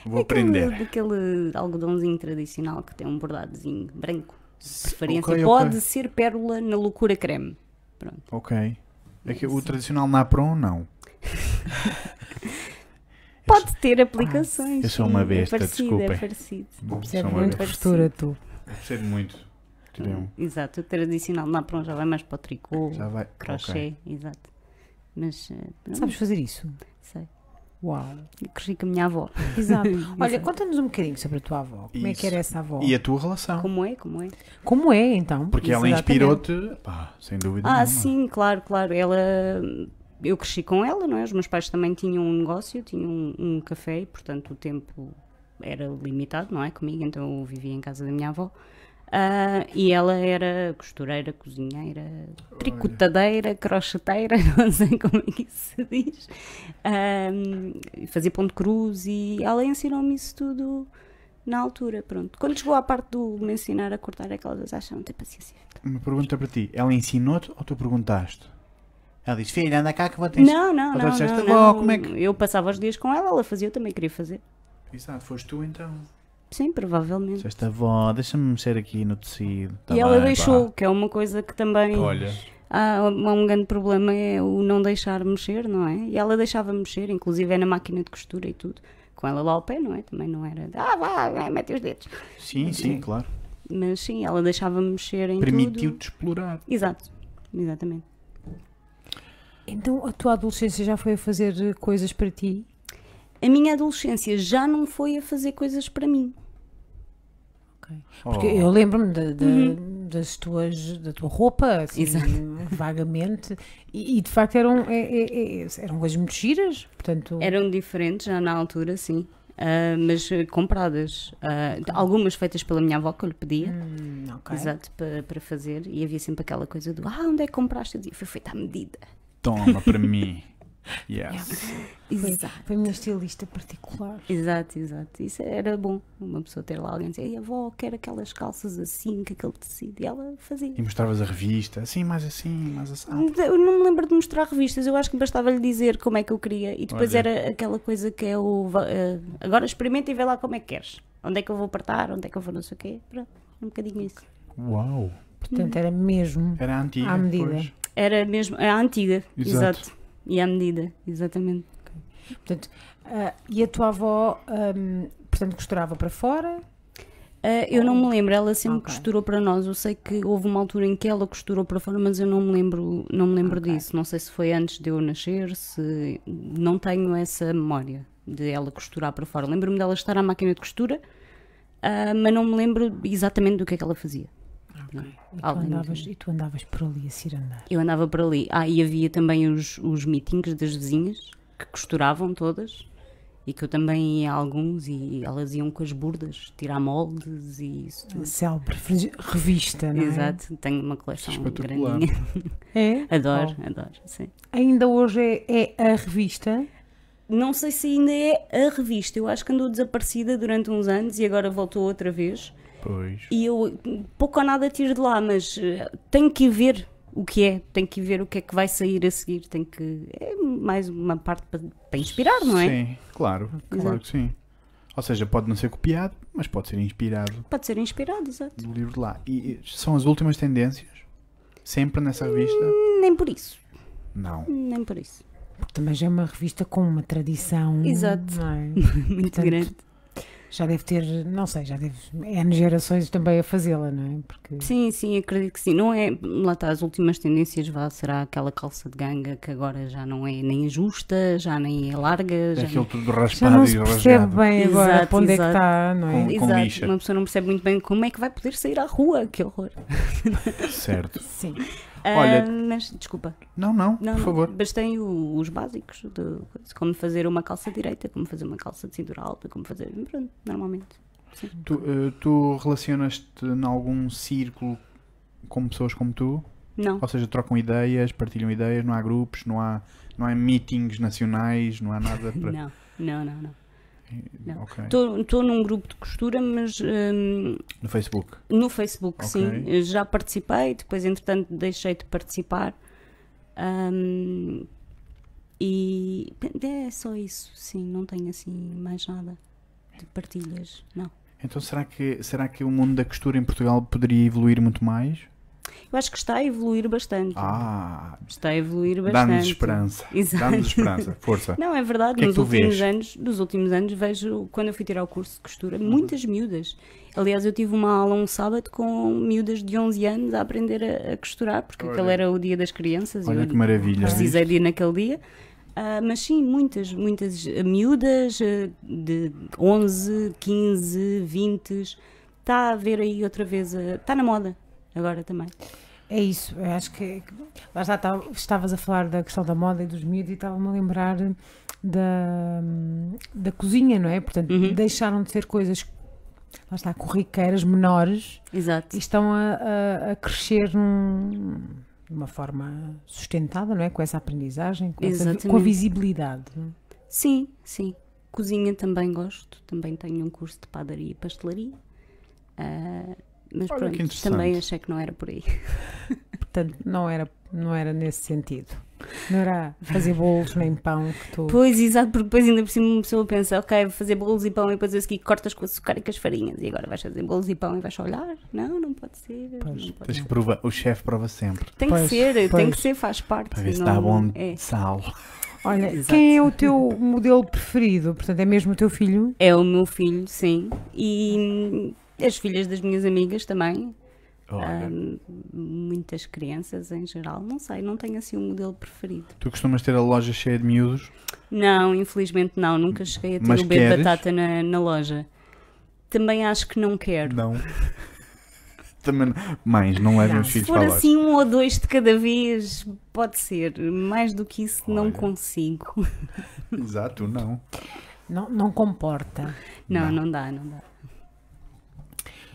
Speaker 1: Vou
Speaker 2: Aquele-
Speaker 1: aprender.
Speaker 2: Daquele algodãozinho tradicional que tem um bordadozinho branco. de Preferência.
Speaker 1: Ok, ok.
Speaker 2: Pode ser pérola na loucura creme. Pronto.
Speaker 1: Ok. É que o tradicional napron, não.
Speaker 2: Pode ter aplicações.
Speaker 1: eu sou uma
Speaker 2: sim,
Speaker 1: besta,
Speaker 2: é parecido,
Speaker 1: desculpem.
Speaker 2: É parecido.
Speaker 1: Só
Speaker 3: Percebe
Speaker 1: uma
Speaker 3: muito
Speaker 1: vez.
Speaker 3: postura, tu.
Speaker 1: Percebo muito. Tirei um.
Speaker 2: Exato, o tradicional na pronto já vai mais para o tricô,
Speaker 1: Já vai. Ok.
Speaker 2: crochê, exato. Mas eh, não
Speaker 3: Sabes fazer isso?
Speaker 2: sei.
Speaker 3: Uau.
Speaker 2: Eu cresci com a minha avó.
Speaker 3: Exato. Olha, conta-nos um bocadinho sobre a tua avó. Como é que
Speaker 1: Isso.
Speaker 3: era essa avó?
Speaker 1: E a tua relação?
Speaker 2: Como é? Como é?
Speaker 3: Como é, então?
Speaker 1: Porque ela
Speaker 3: Exatamente.
Speaker 1: inspirou-te, pá, sem dúvida
Speaker 2: Ah,
Speaker 1: nenhuma.
Speaker 2: sim, claro, claro. Ela, eu cresci com ela, não é? Os meus pais também tinham um negócio, tinham um, um café, e, portanto o tempo era limitado, não é? Comigo, então eu vivia em casa da minha avó. Ah, e ela era costureira, cozinheira, tricotadeira, crocheteira, não sei como é que isso se diz. Ah, fazia ponto cruz e ela ensinou-me isso tudo na altura, pronto. Quando chegou à parte do me ensinar a cortar é aquelas coisas, acha, não tem paciência.
Speaker 1: Uma pergunta para ti. Ela ensinou-te ou tu perguntaste? Ela diz, filha, anda cá que vou te ensinar.
Speaker 2: Não, não,
Speaker 1: Ou tu
Speaker 2: não.
Speaker 1: disseste,
Speaker 2: não,
Speaker 1: "Vó,
Speaker 2: não.
Speaker 1: como é que-"
Speaker 2: Eu passava os dias com ela, ela fazia, eu também queria fazer.
Speaker 1: Exato, foste tu então.
Speaker 2: Sim, provavelmente.
Speaker 1: Disseste, avó, deixa-me mexer aqui no tecido. Tá
Speaker 2: e ela
Speaker 1: bem, pá."
Speaker 2: deixou, que é uma coisa que também
Speaker 1: Olha,
Speaker 2: há há um grande problema, é o não deixar mexer, não é? E ela deixava mexer, inclusive é na máquina de costura e tudo, com ela lá ao pé, não é? Também não era, de, ah, vá, vai, mete os dedos.
Speaker 1: sim, sim, claro.
Speaker 2: Mas sim, ela deixava mexer em tudo.
Speaker 1: Permitiu-te explorar.
Speaker 2: Exato, exatamente.
Speaker 3: Então, a tua adolescência já foi a fazer eh, coisas para ti?
Speaker 2: A minha adolescência já não foi a fazer coisas para mim.
Speaker 3: Porque
Speaker 1: Oh.
Speaker 3: eu lembro-me da- da-
Speaker 2: Uhum.
Speaker 3: das tuas, da tua roupa, assim,
Speaker 2: Exato.
Speaker 3: vagamente, e, e de facto eram, é- é- é- eram coisas muito giras, portanto,
Speaker 2: Eram diferentes já na altura, sim. Ah, mas eh, compradas. Ah, algumas feitas pela minha avó que eu lhe pedia.
Speaker 3: hum, ok.
Speaker 2: Exato, para, para fazer. E havia sempre aquela coisa do ah, onde é que compraste? Eu dizia, foi feita à medida.
Speaker 1: Toma para mim. Yes.
Speaker 3: Foi,
Speaker 2: Exato.
Speaker 3: foi a minha estilista particular.
Speaker 2: Exato, exato. Isso era bom. Uma pessoa ter lá alguém dizer, "Ei, avó, quero aquelas calças assim, com aquele tecido. E ela fazia. Hum,
Speaker 1: E mostravas a revista, assim, mais assim, mais assim. Ah,
Speaker 2: Eu não me lembro de mostrar revistas, eu acho que bastava-lhe dizer como é que eu queria. E depois
Speaker 1: Olha.
Speaker 2: era aquela coisa que é o. va- eh, agora experimenta e vê lá como é que queres. Onde é que eu vou apertar, onde é que eu vou não sei o quê. Pronto, um bocadinho isso.
Speaker 1: Uau.
Speaker 3: Portanto,
Speaker 2: Uhum.
Speaker 3: era mesmo.
Speaker 1: Era a antiga.
Speaker 3: À medida.
Speaker 1: pois.
Speaker 2: Era mesmo. A antiga,
Speaker 1: Exato.
Speaker 2: exato. E à medida, exatamente.
Speaker 3: Portanto, ah, e a tua avó, hum, portanto, costurava para fora,
Speaker 2: Ah, eu não me lembro, ela sempre
Speaker 3: Ok.
Speaker 2: costurou para nós. Eu sei que houve uma altura em que ela costurou para fora, mas eu não me lembro, não me lembro
Speaker 3: Ok.
Speaker 2: disso. Não sei se foi antes de eu nascer, se não tenho essa memória de ela costurar para fora. Lembro-me dela estar à máquina de costura, ah, mas não me lembro exatamente do que é que ela fazia.
Speaker 3: e tu,
Speaker 2: Além de-
Speaker 3: andavas, e tu andavas por ali a se ir andar.
Speaker 2: Eu andava por ali. Ah, e havia também os, os meetings das vizinhas que costuravam todas e que eu também ia a alguns e elas iam com as burdas tirar moldes e isso tudo.
Speaker 3: Célebre fri- revista, não é?
Speaker 2: Exato, tenho uma coleção
Speaker 1: Espetacular.
Speaker 2: grandinha.
Speaker 3: É?
Speaker 2: Adoro, adoro, sim.
Speaker 3: Oh. Ainda hoje é, é a revista.
Speaker 2: Não sei se ainda é a revista, eu acho que andou desaparecida durante uns anos e agora voltou outra vez.
Speaker 1: Pois.
Speaker 2: E eu pouco ou nada tiro de lá, mas eh, tenho que ir ver o que é, tenho que ir ver o que é que vai sair a seguir, tenho que. É mais uma parte para, para inspirar, não é?
Speaker 1: Sim, claro. Claro
Speaker 2: Exato.
Speaker 1: que sim. Ou seja, pode não ser copiado, mas pode ser inspirado
Speaker 2: Pode ser inspirado, exato.
Speaker 1: do livro de lá. E e são as últimas tendências? Sempre nessa revista?
Speaker 2: Nem por isso,
Speaker 1: Não.
Speaker 2: nem por isso.
Speaker 3: Porque também já é uma revista com uma tradição.
Speaker 2: Exato.
Speaker 3: não é?
Speaker 2: Muito
Speaker 3: Portanto,
Speaker 2: grande.
Speaker 3: Já deve ter, não sei, já deve. N gerações também a fazê-la, não é? Porque.
Speaker 2: Sim, sim, acredito que sim. Não é, lá está, as últimas tendências vá, será aquela calça de ganga que agora já não é nem justa, já nem é larga,
Speaker 1: É
Speaker 2: já
Speaker 1: aquilo tudo
Speaker 3: Já
Speaker 1: raspado
Speaker 3: não
Speaker 1: e
Speaker 3: se
Speaker 1: rasgado.
Speaker 3: percebe bem agora
Speaker 2: Exato,
Speaker 3: para onde é que
Speaker 2: exato.
Speaker 3: está, não é?
Speaker 1: Com-
Speaker 2: não...
Speaker 1: lixa.
Speaker 2: Exato, uma pessoa não percebe muito bem como é que vai poder sair à rua, que horror.
Speaker 1: Certo.
Speaker 3: Sim.
Speaker 1: Olha-
Speaker 2: Ah, mas desculpa.
Speaker 1: Não, não,
Speaker 2: Não,
Speaker 1: por
Speaker 2: não,
Speaker 1: favor.
Speaker 2: Mas tem o- os básicos de coisa, como fazer uma calça direita, como fazer uma calça de cintura alta, como fazer. Pronto, normalmente.
Speaker 1: Tu, eh, tu relacionas-te em algum círculo com pessoas como tu?
Speaker 2: Não,
Speaker 1: Ou seja, trocam ideias, partilham ideias, não há grupos, não há, não há meetings nacionais, não há nada para. Eh,
Speaker 2: não, não, não, não. não.
Speaker 1: Ok.
Speaker 2: Estou num grupo de costura, mas hum,
Speaker 1: No Facebook.
Speaker 2: No Facebook,
Speaker 1: Ok.
Speaker 2: sim. Já participei, depois, entretanto, deixei de participar. Ahm, e é só isso, sim. Não tenho assim mais nada de partilhas, não.
Speaker 1: Então será que, será que o mundo da costura em Portugal poderia evoluir muito mais?
Speaker 2: Eu acho que está a evoluir bastante.
Speaker 1: Ah,
Speaker 2: Está a evoluir bastante.
Speaker 1: dá-nos esperança.
Speaker 2: Exato.
Speaker 1: Dá-nos esperança. Força.
Speaker 2: Não, é
Speaker 1: O
Speaker 2: verdade,
Speaker 1: que é que
Speaker 2: nos
Speaker 1: tu
Speaker 2: últimos
Speaker 1: vês? Uhum.
Speaker 2: anos, dos últimos anos, vejo, quando eu fui tirar o curso de costura, muitas miúdas. Aliás, eu tive uma aula um sábado com miúdas de 11 anos a aprender a, a costurar, porque
Speaker 1: Olha.
Speaker 2: aquele era o dia das crianças e
Speaker 1: Olha
Speaker 2: eu
Speaker 1: que maravilha.
Speaker 2: precisei de ir naquele dia. Ah, mas sim, muitas, muitas eh, miúdas eh, de 11, 15, 20. Está a ver aí outra vez, ah, está na moda agora também.
Speaker 3: É isso, eu acho que. Lá já tá- estavas a falar da questão da moda e dos miúdos e estava-me a lembrar da, da cozinha, não é? Portanto,
Speaker 2: Uhum.
Speaker 3: deixaram de ser coisas. Lá está, corriqueiras menores
Speaker 2: Exato.
Speaker 3: e estão a, a- a crescer num- de uma forma sustentada, não é? Com essa aprendizagem, com, essa-
Speaker 2: Exatamente.
Speaker 3: com a visibilidade. não é?
Speaker 2: Sim, sim. Cozinha também gosto. Também tenho um curso de padaria e pastelaria. Ah, mas
Speaker 1: Olha, que
Speaker 2: pronto,
Speaker 1: interessante.
Speaker 2: também achei que não era por aí.
Speaker 3: Portanto, não era, não era nesse sentido. Não era fazer bolos nem pão que tu.
Speaker 2: Pois, exato, porque depois ainda por cima uma pessoa pensa, ok, vou fazer bolos e pão e depois a seguir cortas com açúcar e com as farinhas e agora vais fazer bolos e pão e vais olhar? Não, não pode ser.
Speaker 3: Pois.
Speaker 2: não pode
Speaker 1: Tens
Speaker 2: ser.
Speaker 1: que provar. O chefe prova sempre.
Speaker 2: Tem
Speaker 3: Pois,
Speaker 2: que ser, tem
Speaker 3: pois.
Speaker 2: que ser, faz parte.
Speaker 1: Para ver se
Speaker 2: não-
Speaker 1: está bom de
Speaker 2: É.
Speaker 1: sal.
Speaker 3: Olha,
Speaker 2: Exato.
Speaker 3: quem é o teu modelo preferido? Portanto, é mesmo o teu filho?
Speaker 2: É o meu filho, sim. E hum, as filhas das minhas amigas também.
Speaker 1: Olha,
Speaker 2: Hum, muitas crianças em geral. Não sei, não tenho assim um modelo preferido.
Speaker 1: tu costumas ter a loja cheia de miúdos?
Speaker 2: Não, infelizmente não. Nunca cheguei a ter
Speaker 1: Mas
Speaker 2: o bebê
Speaker 1: queres?
Speaker 2: batata na, na loja. Também acho que não quero.
Speaker 1: Não. Também não. Mães, não levem
Speaker 3: Não.
Speaker 1: os
Speaker 2: Se
Speaker 1: filhos
Speaker 2: for
Speaker 1: para a loja.
Speaker 2: assim um ou dois de cada vez, pode ser. Mais do que isso, não
Speaker 1: Olha.
Speaker 2: consigo. assim-
Speaker 1: Exato, não.
Speaker 3: Não, não comporta.
Speaker 2: Não, não, dá, não dá.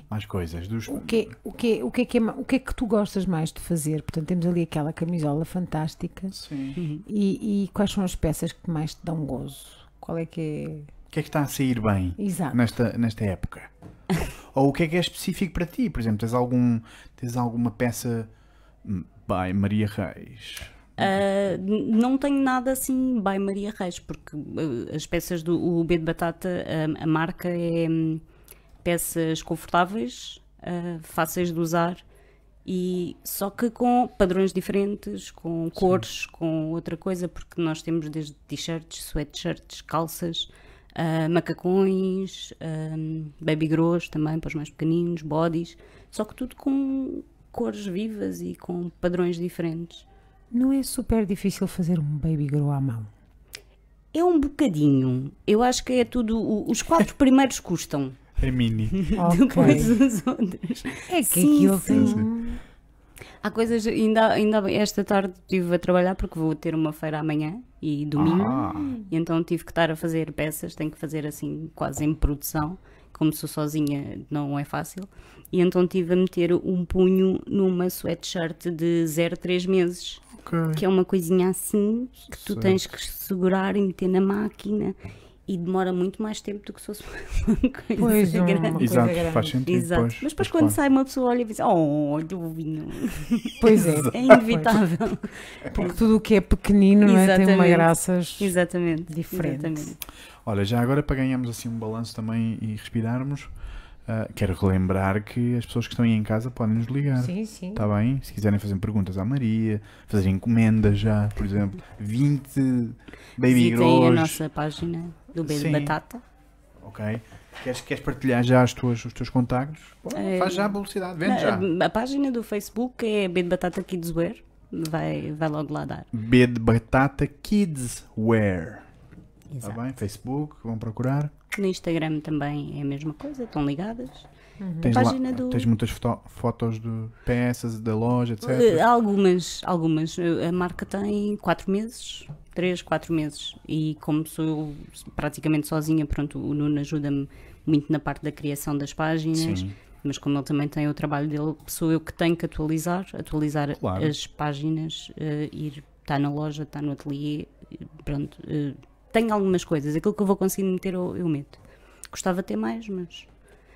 Speaker 1: Mais coisas. Dos...
Speaker 3: O que, é- o, que, é- o, que é que é ma- o que é que tu gostas mais de fazer? Portanto, temos ali aquela camisola fantástica.
Speaker 1: Sim.
Speaker 3: E, e quais são as peças que mais te dão gozo? Qual é que
Speaker 1: O que é que está a sair bem?
Speaker 3: é? Exato.
Speaker 1: nesta, nesta época? Ou o que é que é específico para ti? Por exemplo, tens, algum, tens alguma peça hum, by Maria Reis?
Speaker 2: Ah, n- não tenho nada assim by Maria Reis, porque ah, as peças do o B de Batata, ah, a, marca é hum, peças confortáveis, ah, fáceis de usar, e só que com padrões diferentes, com cores, com outra coisa, porque nós temos desde t-shirts, sweatshirts, calças, ah, macacões, ahm, baby grows também para os mais pequeninos, bodies, só que tudo com cores vivas e com padrões diferentes.
Speaker 3: Não é super difícil fazer um baby grow à mão.
Speaker 2: É um bocadinho. Eu acho que é tudo. o- Os quatro primeiros custam.
Speaker 1: É mini.
Speaker 2: Depois
Speaker 3: Ok.
Speaker 2: os outros.
Speaker 3: É que
Speaker 2: Sim,
Speaker 3: aquilo tem
Speaker 1: sim.
Speaker 3: um-
Speaker 2: Há coisas. Ainda, ainda esta tarde estive a trabalhar porque vou ter uma feira amanhã e domingo.
Speaker 1: Ah,
Speaker 2: E então tive que estar a fazer peças. Tenho que fazer assim, quase em produção. Como sou sozinha, não é fácil. E então tive a meter um punho numa sweatshirt de 0 3 meses. que é uma coisinha assim que tu tens que segurar e meter na máquina e demora muito mais tempo do que se fosse uma coisa
Speaker 3: Pois, um-
Speaker 2: grande.
Speaker 3: coisa assim,
Speaker 1: Exato,
Speaker 3: grande.
Speaker 1: faz sentido.
Speaker 2: Exato.
Speaker 1: pois.
Speaker 2: Mas depois
Speaker 1: Pois,
Speaker 2: quando
Speaker 1: claro.
Speaker 2: sai uma pessoa olha e diz, oh, olha o vinho.
Speaker 3: Pois é.
Speaker 2: É inevitável.
Speaker 3: Porque tudo o que é pequenino não é? tem uma
Speaker 2: Exatamente.
Speaker 3: graça.
Speaker 2: Exatamente.
Speaker 3: Diferente.
Speaker 2: Exatamente.
Speaker 1: Olha, já agora para ganharmos assim um balanço também e respirarmos, ah, quero relembrar que as pessoas que estão aí em casa podem nos ligar.
Speaker 3: Sim, sim.
Speaker 1: Está Tá bem? Se quiserem fazer perguntas à Maria, fazer encomendas já, por exemplo, 20 baby
Speaker 2: Visitem a
Speaker 1: grows.
Speaker 2: nossa página do B de
Speaker 1: Sim.
Speaker 2: Batata.
Speaker 1: Ok. Queres, queres partilhar já as tuas, os teus contactos? Bom,
Speaker 2: Eh,
Speaker 1: Faz já a publicidade, vende já.
Speaker 2: A, a página do Facebook é B de Batata Kidswear. Vai, vai logo lá dar.
Speaker 1: B de Batata Kids Wear. Está
Speaker 2: Exato.
Speaker 1: bem? Facebook, vão procurar.
Speaker 2: No Instagram também é a mesma coisa, estão ligadas.
Speaker 1: Tens,
Speaker 2: Página do-
Speaker 1: tens muitas foto- fotos de peças, da loja, etc.
Speaker 2: Eh, Algumas, algumas. Eh, A marca tem 4 meses, 3, 4 meses. E como sou eu praticamente sozinha, pronto, o Nuno ajuda-me muito na parte da criação das páginas.
Speaker 1: Sim.
Speaker 2: Mas como ele também tem o trabalho dele, sou eu que tenho que atualizar, atualizar
Speaker 1: Claro.
Speaker 2: as páginas, eh, ir, está na loja, está no ateliê, eh, pronto. eh, tenho algumas coisas, aquilo que eu vou conseguir meter eu, eu meto. Gostava de ter mais, mas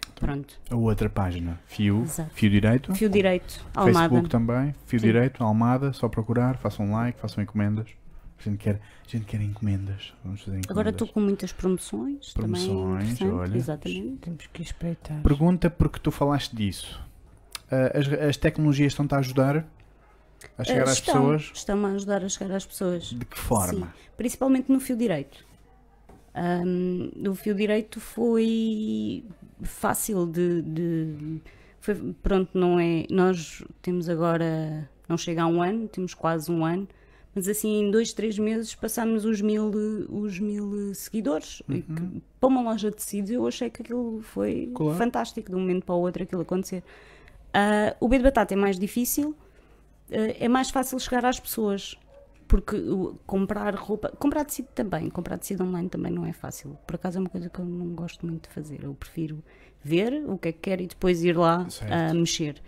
Speaker 1: Então,
Speaker 2: pronto.
Speaker 1: A outra página, fio,
Speaker 2: Exato.
Speaker 1: fio direito.
Speaker 2: Fio direito, Almada.
Speaker 1: Então, Facebook também, fio
Speaker 2: Sim.
Speaker 1: direito, Almada, só procurar, façam um like, façam encomendas. A gente quer, a gente quer encomendas. Vamos fazer encomendas.
Speaker 2: Agora estou com muitas promoções,
Speaker 1: Promoções,
Speaker 2: também interessante,
Speaker 1: olha.
Speaker 2: exatamente.
Speaker 3: Temos que espreitar.
Speaker 1: Pergunta porque tu falaste disso. Ah, as, as tecnologias estão-te a ajudar a chegar
Speaker 2: Eh,
Speaker 1: às
Speaker 2: estão,
Speaker 1: pessoas?
Speaker 2: Estão a ajudar a chegar às pessoas.
Speaker 1: De que forma?
Speaker 2: Sim, principalmente no fio direito. Ahm, o fio direito foi fácil de, de- foi- pronto, não é. Nós temos agora, não chega a um ano, temos quase um ano, mas assim em dois, três meses passámos os mil, eh, os mil eh, seguidores.
Speaker 1: Uhum.
Speaker 2: E que, para uma loja de tecidos, eu achei que aquilo foi
Speaker 1: Claro.
Speaker 2: fantástico de um momento para o outro aquilo acontecer. Ah, o B de batata é mais difícil, eh, é mais fácil chegar às pessoas. Porque o- comprar roupa, comprar tecido também, comprar tecido online também não é fácil. Por acaso é uma coisa que eu não gosto muito de fazer. Eu prefiro ver o que é que quero e depois ir lá
Speaker 1: Certo.
Speaker 2: ah, mexer.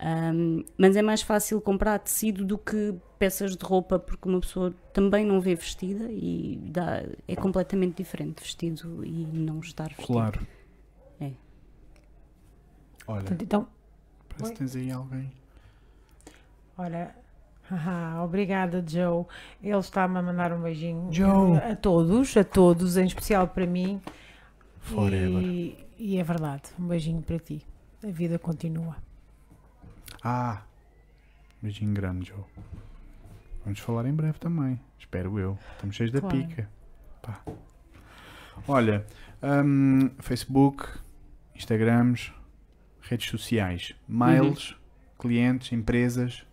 Speaker 2: Ahm, mas é mais fácil comprar tecido do que peças de roupa, porque uma pessoa também não vê vestida e dá, é completamente diferente vestido e não estar vestido.
Speaker 1: Claro.
Speaker 2: Tipo, É.
Speaker 1: Olha,
Speaker 3: Portanto, então,
Speaker 1: parece que tens aí alguém.
Speaker 3: Olha, haha, obrigada, Joe. Ele está-me a mandar um beijinho
Speaker 1: Joe.
Speaker 3: a todos, a todos, em especial para mim.
Speaker 1: Forever.
Speaker 3: E, e é verdade, um beijinho para ti. A vida continua.
Speaker 1: Ah! Beijinho grande, Joe. Vamos falar em breve também. Espero eu. Estamos cheios da
Speaker 3: Claro.
Speaker 1: pica. Pá. Olha, hum, Facebook, Instagrams, redes sociais, mails,
Speaker 3: Uhum.
Speaker 1: clientes, empresas.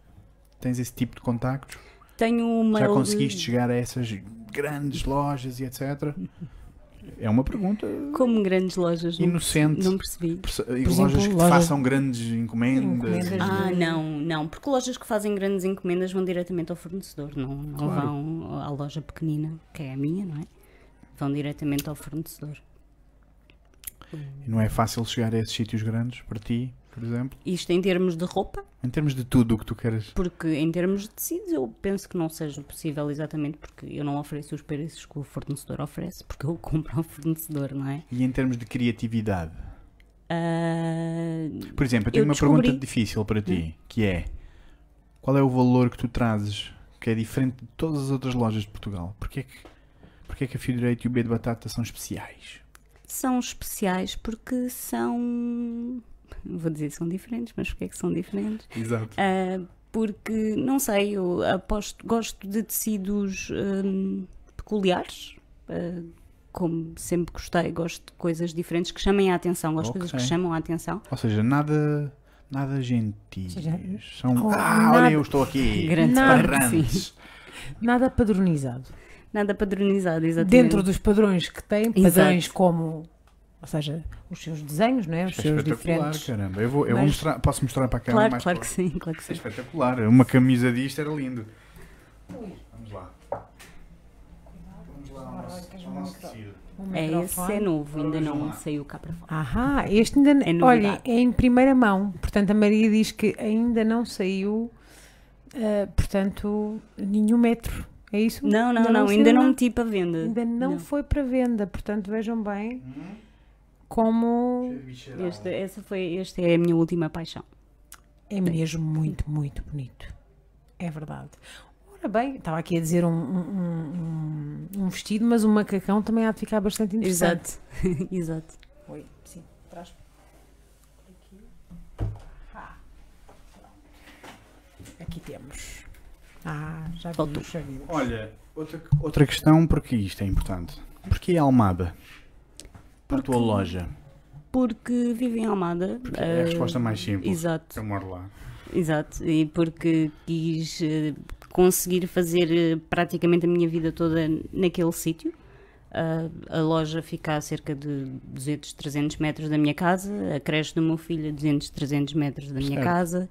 Speaker 1: Tens esse tipo de contactos?
Speaker 2: Tenho uma.
Speaker 1: Já conseguiste chegar a essas grandes lojas e etc? É uma pergunta
Speaker 2: Como grandes lojas, não,
Speaker 1: inocente.
Speaker 2: não percebi.
Speaker 1: Perso-
Speaker 3: exemplo,
Speaker 1: lojas que te
Speaker 3: loja-
Speaker 1: façam grandes encomendas.
Speaker 3: Encomendas.
Speaker 1: e-
Speaker 2: Ah, não, não, porque lojas que fazem grandes encomendas vão diretamente ao fornecedor, não, não
Speaker 1: Claro.
Speaker 2: vão à loja pequenina, que é a minha, não é? Vão diretamente ao fornecedor.
Speaker 1: E não é fácil chegar a esses sítios grandes para ti, por exemplo?
Speaker 2: Isto em termos de roupa,
Speaker 1: Em termos de tudo o que tu queres.
Speaker 2: porque em termos de tecidos eu penso que não seja possível exatamente porque eu não ofereço os preços que o fornecedor oferece, porque eu compro ao fornecedor, não é?
Speaker 1: E em termos de criatividade?
Speaker 2: Ah,
Speaker 1: Por exemplo, eu tenho
Speaker 2: Eu
Speaker 1: uma
Speaker 2: descobri-
Speaker 1: pergunta difícil para ti, que é... Qual é o valor que tu trazes que é diferente de todas as outras lojas de Portugal? Porquê que, porquê que a Fio Direito e o B de Batata são especiais?
Speaker 2: são especiais porque são. Vou dizer que são diferentes, mas porque é que são diferentes?
Speaker 1: Exato.
Speaker 2: Ah, porque, não sei, eu aposto, gosto de tecidos hum, peculiares. ah, como sempre gostei, gosto de coisas diferentes que chamem a atenção, gosto de coisas
Speaker 1: Ok.
Speaker 2: que chamam a atenção.
Speaker 1: Ou seja, nada... Nada gentis.
Speaker 3: Ou seja,
Speaker 1: São...
Speaker 3: oh,
Speaker 1: ah,
Speaker 3: nada-
Speaker 1: olha, eu estou aqui.
Speaker 2: Grandes
Speaker 3: Nada.
Speaker 1: Parrantes.
Speaker 3: Nada padronizado.
Speaker 2: Nada padronizado, exatamente.
Speaker 3: Dentro dos padrões que tem,
Speaker 2: Exato.
Speaker 3: padrões como, ou seja, os seus desenhos, não é? Os
Speaker 1: Isto é
Speaker 3: seus
Speaker 1: espetacular,
Speaker 3: diferentes.
Speaker 1: caramba. Eu, vou, eu vou
Speaker 3: Mas-
Speaker 1: mostrar, posso mostrar para a câmera
Speaker 2: Claro,
Speaker 1: mais
Speaker 2: claro que
Speaker 1: para-
Speaker 2: sim, claro que
Speaker 1: Isto é
Speaker 2: sim.
Speaker 1: espetacular. Uma camisa disto era lindo. Vamos lá. Vamos lá ao nosso, ao nosso tecido.
Speaker 3: Um
Speaker 2: É esse,
Speaker 3: microfone.
Speaker 2: é novo, ainda
Speaker 1: Vejam
Speaker 2: não
Speaker 1: lá.
Speaker 2: saiu cá para fora.
Speaker 3: Ahá, este ainda
Speaker 2: É
Speaker 3: não.
Speaker 2: novidade.
Speaker 3: Olha, é em primeira mão. Portanto, a Maria diz que ainda não saiu, ah, portanto, nenhum metro. É isso?
Speaker 2: Não, não,
Speaker 3: Ainda
Speaker 2: não,
Speaker 3: saiu
Speaker 2: ainda não
Speaker 3: nada.
Speaker 2: meti para venda.
Speaker 3: Ainda não,
Speaker 2: Não.
Speaker 3: foi para venda. Portanto, vejam bem como
Speaker 2: Este, essa foi, esta é a minha última paixão.
Speaker 3: é mesmo muito, muito bonito. É verdade. Ora bem, estava aqui a dizer um, um- um- um vestido, mas um macacão também há de ficar bastante interessante.
Speaker 2: Exato, exato.
Speaker 3: Oi, sim, traz. Ah, Aqui temos. Ah, já
Speaker 2: Faltou.
Speaker 3: vimos, já vimos.
Speaker 1: Olha, outra, outra questão, porque isto é importante. Porquê Almada? Para a tua loja.
Speaker 2: Porque vivo em Almada.
Speaker 1: É a
Speaker 2: ah,
Speaker 1: resposta mais simples.
Speaker 2: Exato.
Speaker 1: Eu moro lá.
Speaker 2: Exato, e porque quis eh, conseguir fazer eh, praticamente a minha vida toda naquele sítio. A, a loja fica a cerca de 200, 300 metros da minha casa, a creche do meu filho a 200, 300 metros da minha
Speaker 1: Certo.
Speaker 2: casa,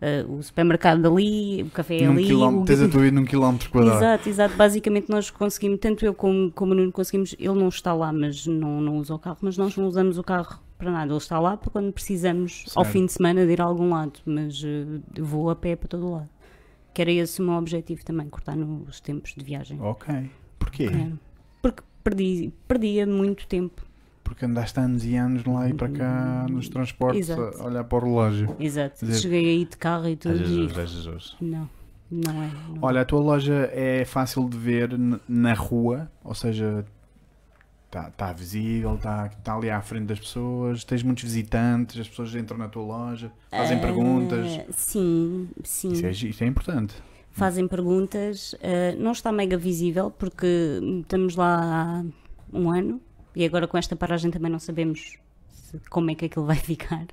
Speaker 2: ah, o supermercado ali, o café
Speaker 1: num
Speaker 2: É ali.
Speaker 1: quilómetro,
Speaker 2: o-
Speaker 1: tens a tua vida num quilómetro quadrado.
Speaker 2: Exato, exato. Basicamente nós conseguimos, tanto eu como, como o Nuno conseguimos, ele não está lá, mas não, não usa o carro, mas nós não usamos o carro para nada. Ele está lá para quando precisamos ao
Speaker 1: Certo.
Speaker 2: fim de semana de ir a algum lado, mas eh, vou a pé para todo lado. Que era esse o meu objetivo também, cortar nos tempos de viagem.
Speaker 1: Ok. Porquê?
Speaker 2: É. Porque perdi, perdia muito tempo.
Speaker 1: Porque andaste anos e anos de lá e para cá nos transportes
Speaker 2: Exato.
Speaker 1: a olhar para o relógio.
Speaker 2: Exato.
Speaker 1: Dizer-
Speaker 2: Cheguei aí de carro e tudo.
Speaker 1: Ai,
Speaker 2: e-
Speaker 1: Jesus, ai, Jesus.
Speaker 2: Não, não é. não.
Speaker 1: Olha, a tua loja é fácil de ver n- na rua, ou seja, está tá visível, está tá ali à frente das pessoas, tens muitos visitantes, as pessoas entram na tua loja, fazem
Speaker 2: Ah,
Speaker 1: perguntas.
Speaker 2: Sim, sim.
Speaker 1: Isso é, gi- isso é importante.
Speaker 2: fazem perguntas. eh, não está mega visível porque estamos lá há um ano e agora com esta paragem também não sabemos se- como é que aquilo vai ficar.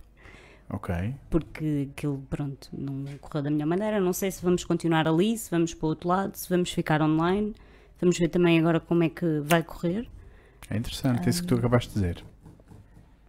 Speaker 1: Ok.
Speaker 2: Porque aquilo, pronto, não correu da melhor maneira. Não sei se vamos continuar ali, se vamos para o outro lado, se vamos ficar online. Vamos ver também agora como é que vai correr.
Speaker 1: É interessante isso que tu acabaste de dizer.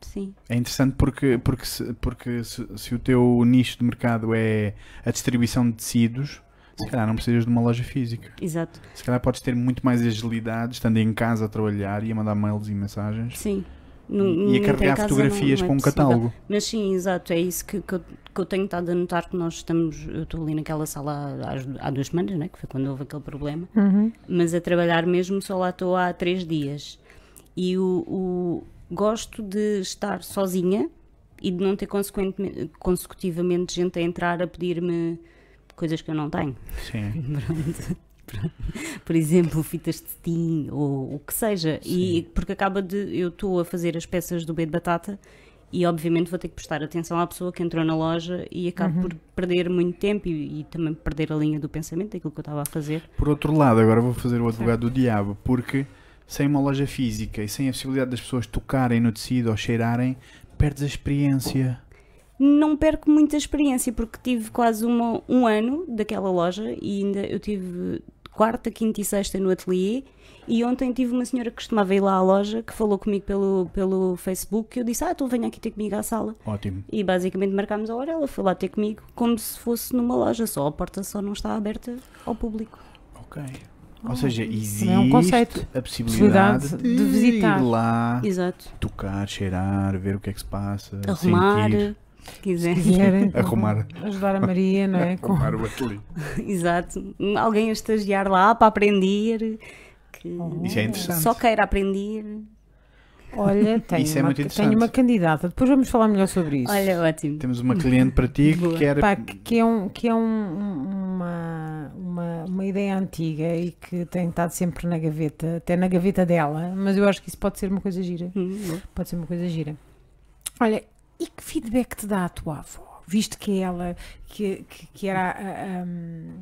Speaker 2: Sim,
Speaker 1: É interessante porque, porque, se, porque se, se o teu nicho de mercado é a distribuição de tecidos, se calhar não precisas de uma loja física.
Speaker 2: exato.
Speaker 1: Se calhar podes ter muito mais agilidade estando em casa a trabalhar e a mandar mails e mensagens
Speaker 2: Sim. Num-
Speaker 1: e a
Speaker 2: num- em
Speaker 1: carregar
Speaker 2: casa
Speaker 1: fotografias para
Speaker 2: não- não é
Speaker 1: um
Speaker 2: possível.
Speaker 1: catálogo.
Speaker 2: Mas sim, exato, é isso que, que, eu, que eu tenho estado a notar que nós estamos, eu estou ali naquela sala há, há duas semanas, né, que foi quando houve aquele problema, mas a trabalhar mesmo só lá estou há três dias. E o, o- gosto de estar sozinha e de não ter consequentemente- consecutivamente gente a entrar a pedir-me coisas que eu não tenho.
Speaker 1: Sim.
Speaker 2: Por exemplo, fitas de cetim ou o que seja. E porque acaba de. Eu estou a fazer as peças do B de Batata e, obviamente, vou ter que prestar atenção à pessoa que entrou na loja e acabo por perder muito tempo e, e também perder a linha do pensamento daquilo que eu estava a fazer.
Speaker 1: Por outro lado, agora vou fazer o advogado do diabo, porque sem uma loja física e sem a possibilidade das pessoas tocarem no tecido ou cheirarem, perdes a experiência.
Speaker 2: Não perco muita experiência porque tive quase uma- um ano daquela loja e ainda eu tive quarta, quinta e sexta no ateliê. E ontem tive uma senhora que costumava ir lá à loja que falou comigo pelo, pelo Facebook. E eu disse: Ah, tu venha aqui ter comigo à sala.
Speaker 1: Ótimo.
Speaker 2: E basicamente marcámos a hora, ela foi lá ter comigo como se fosse numa loja, só a porta só não está aberta ao público.
Speaker 1: Ok. Ou seja, existe
Speaker 3: é um conceito.
Speaker 1: a possibilidade
Speaker 3: Possibilidade de visitar.
Speaker 1: ir lá,
Speaker 2: Exato.
Speaker 1: tocar, cheirar, ver o que é que se passa,
Speaker 2: Arrumar,
Speaker 1: sentir,
Speaker 2: se quiser.
Speaker 3: Quiserem,
Speaker 1: Arrumar.
Speaker 3: Ajudar a Maria, não é? Com-
Speaker 1: arrumar o ateliê.
Speaker 2: Exato. Alguém a estagiar lá para aprender. Que
Speaker 1: Isso é interessante.
Speaker 2: só queira aprender.
Speaker 3: Olha, tenho,
Speaker 1: Isso é
Speaker 3: uma,
Speaker 1: muito interessante.
Speaker 3: tenho uma candidata. Depois vamos falar melhor sobre isso.
Speaker 2: Olha, ótimo.
Speaker 1: Temos uma cliente para ti que
Speaker 2: Boa.
Speaker 1: quer
Speaker 3: Pá, que que é, um, que é um- um- uma, uma, uma ideia antiga e que tem estado sempre na gaveta, até na gaveta dela, mas eu acho que isso pode ser uma coisa gira.
Speaker 2: Hum, boa.
Speaker 3: Pode ser uma coisa gira. Olha, e que feedback te dá a tua avó? Visto que ela, que, que, que era, ah, hum,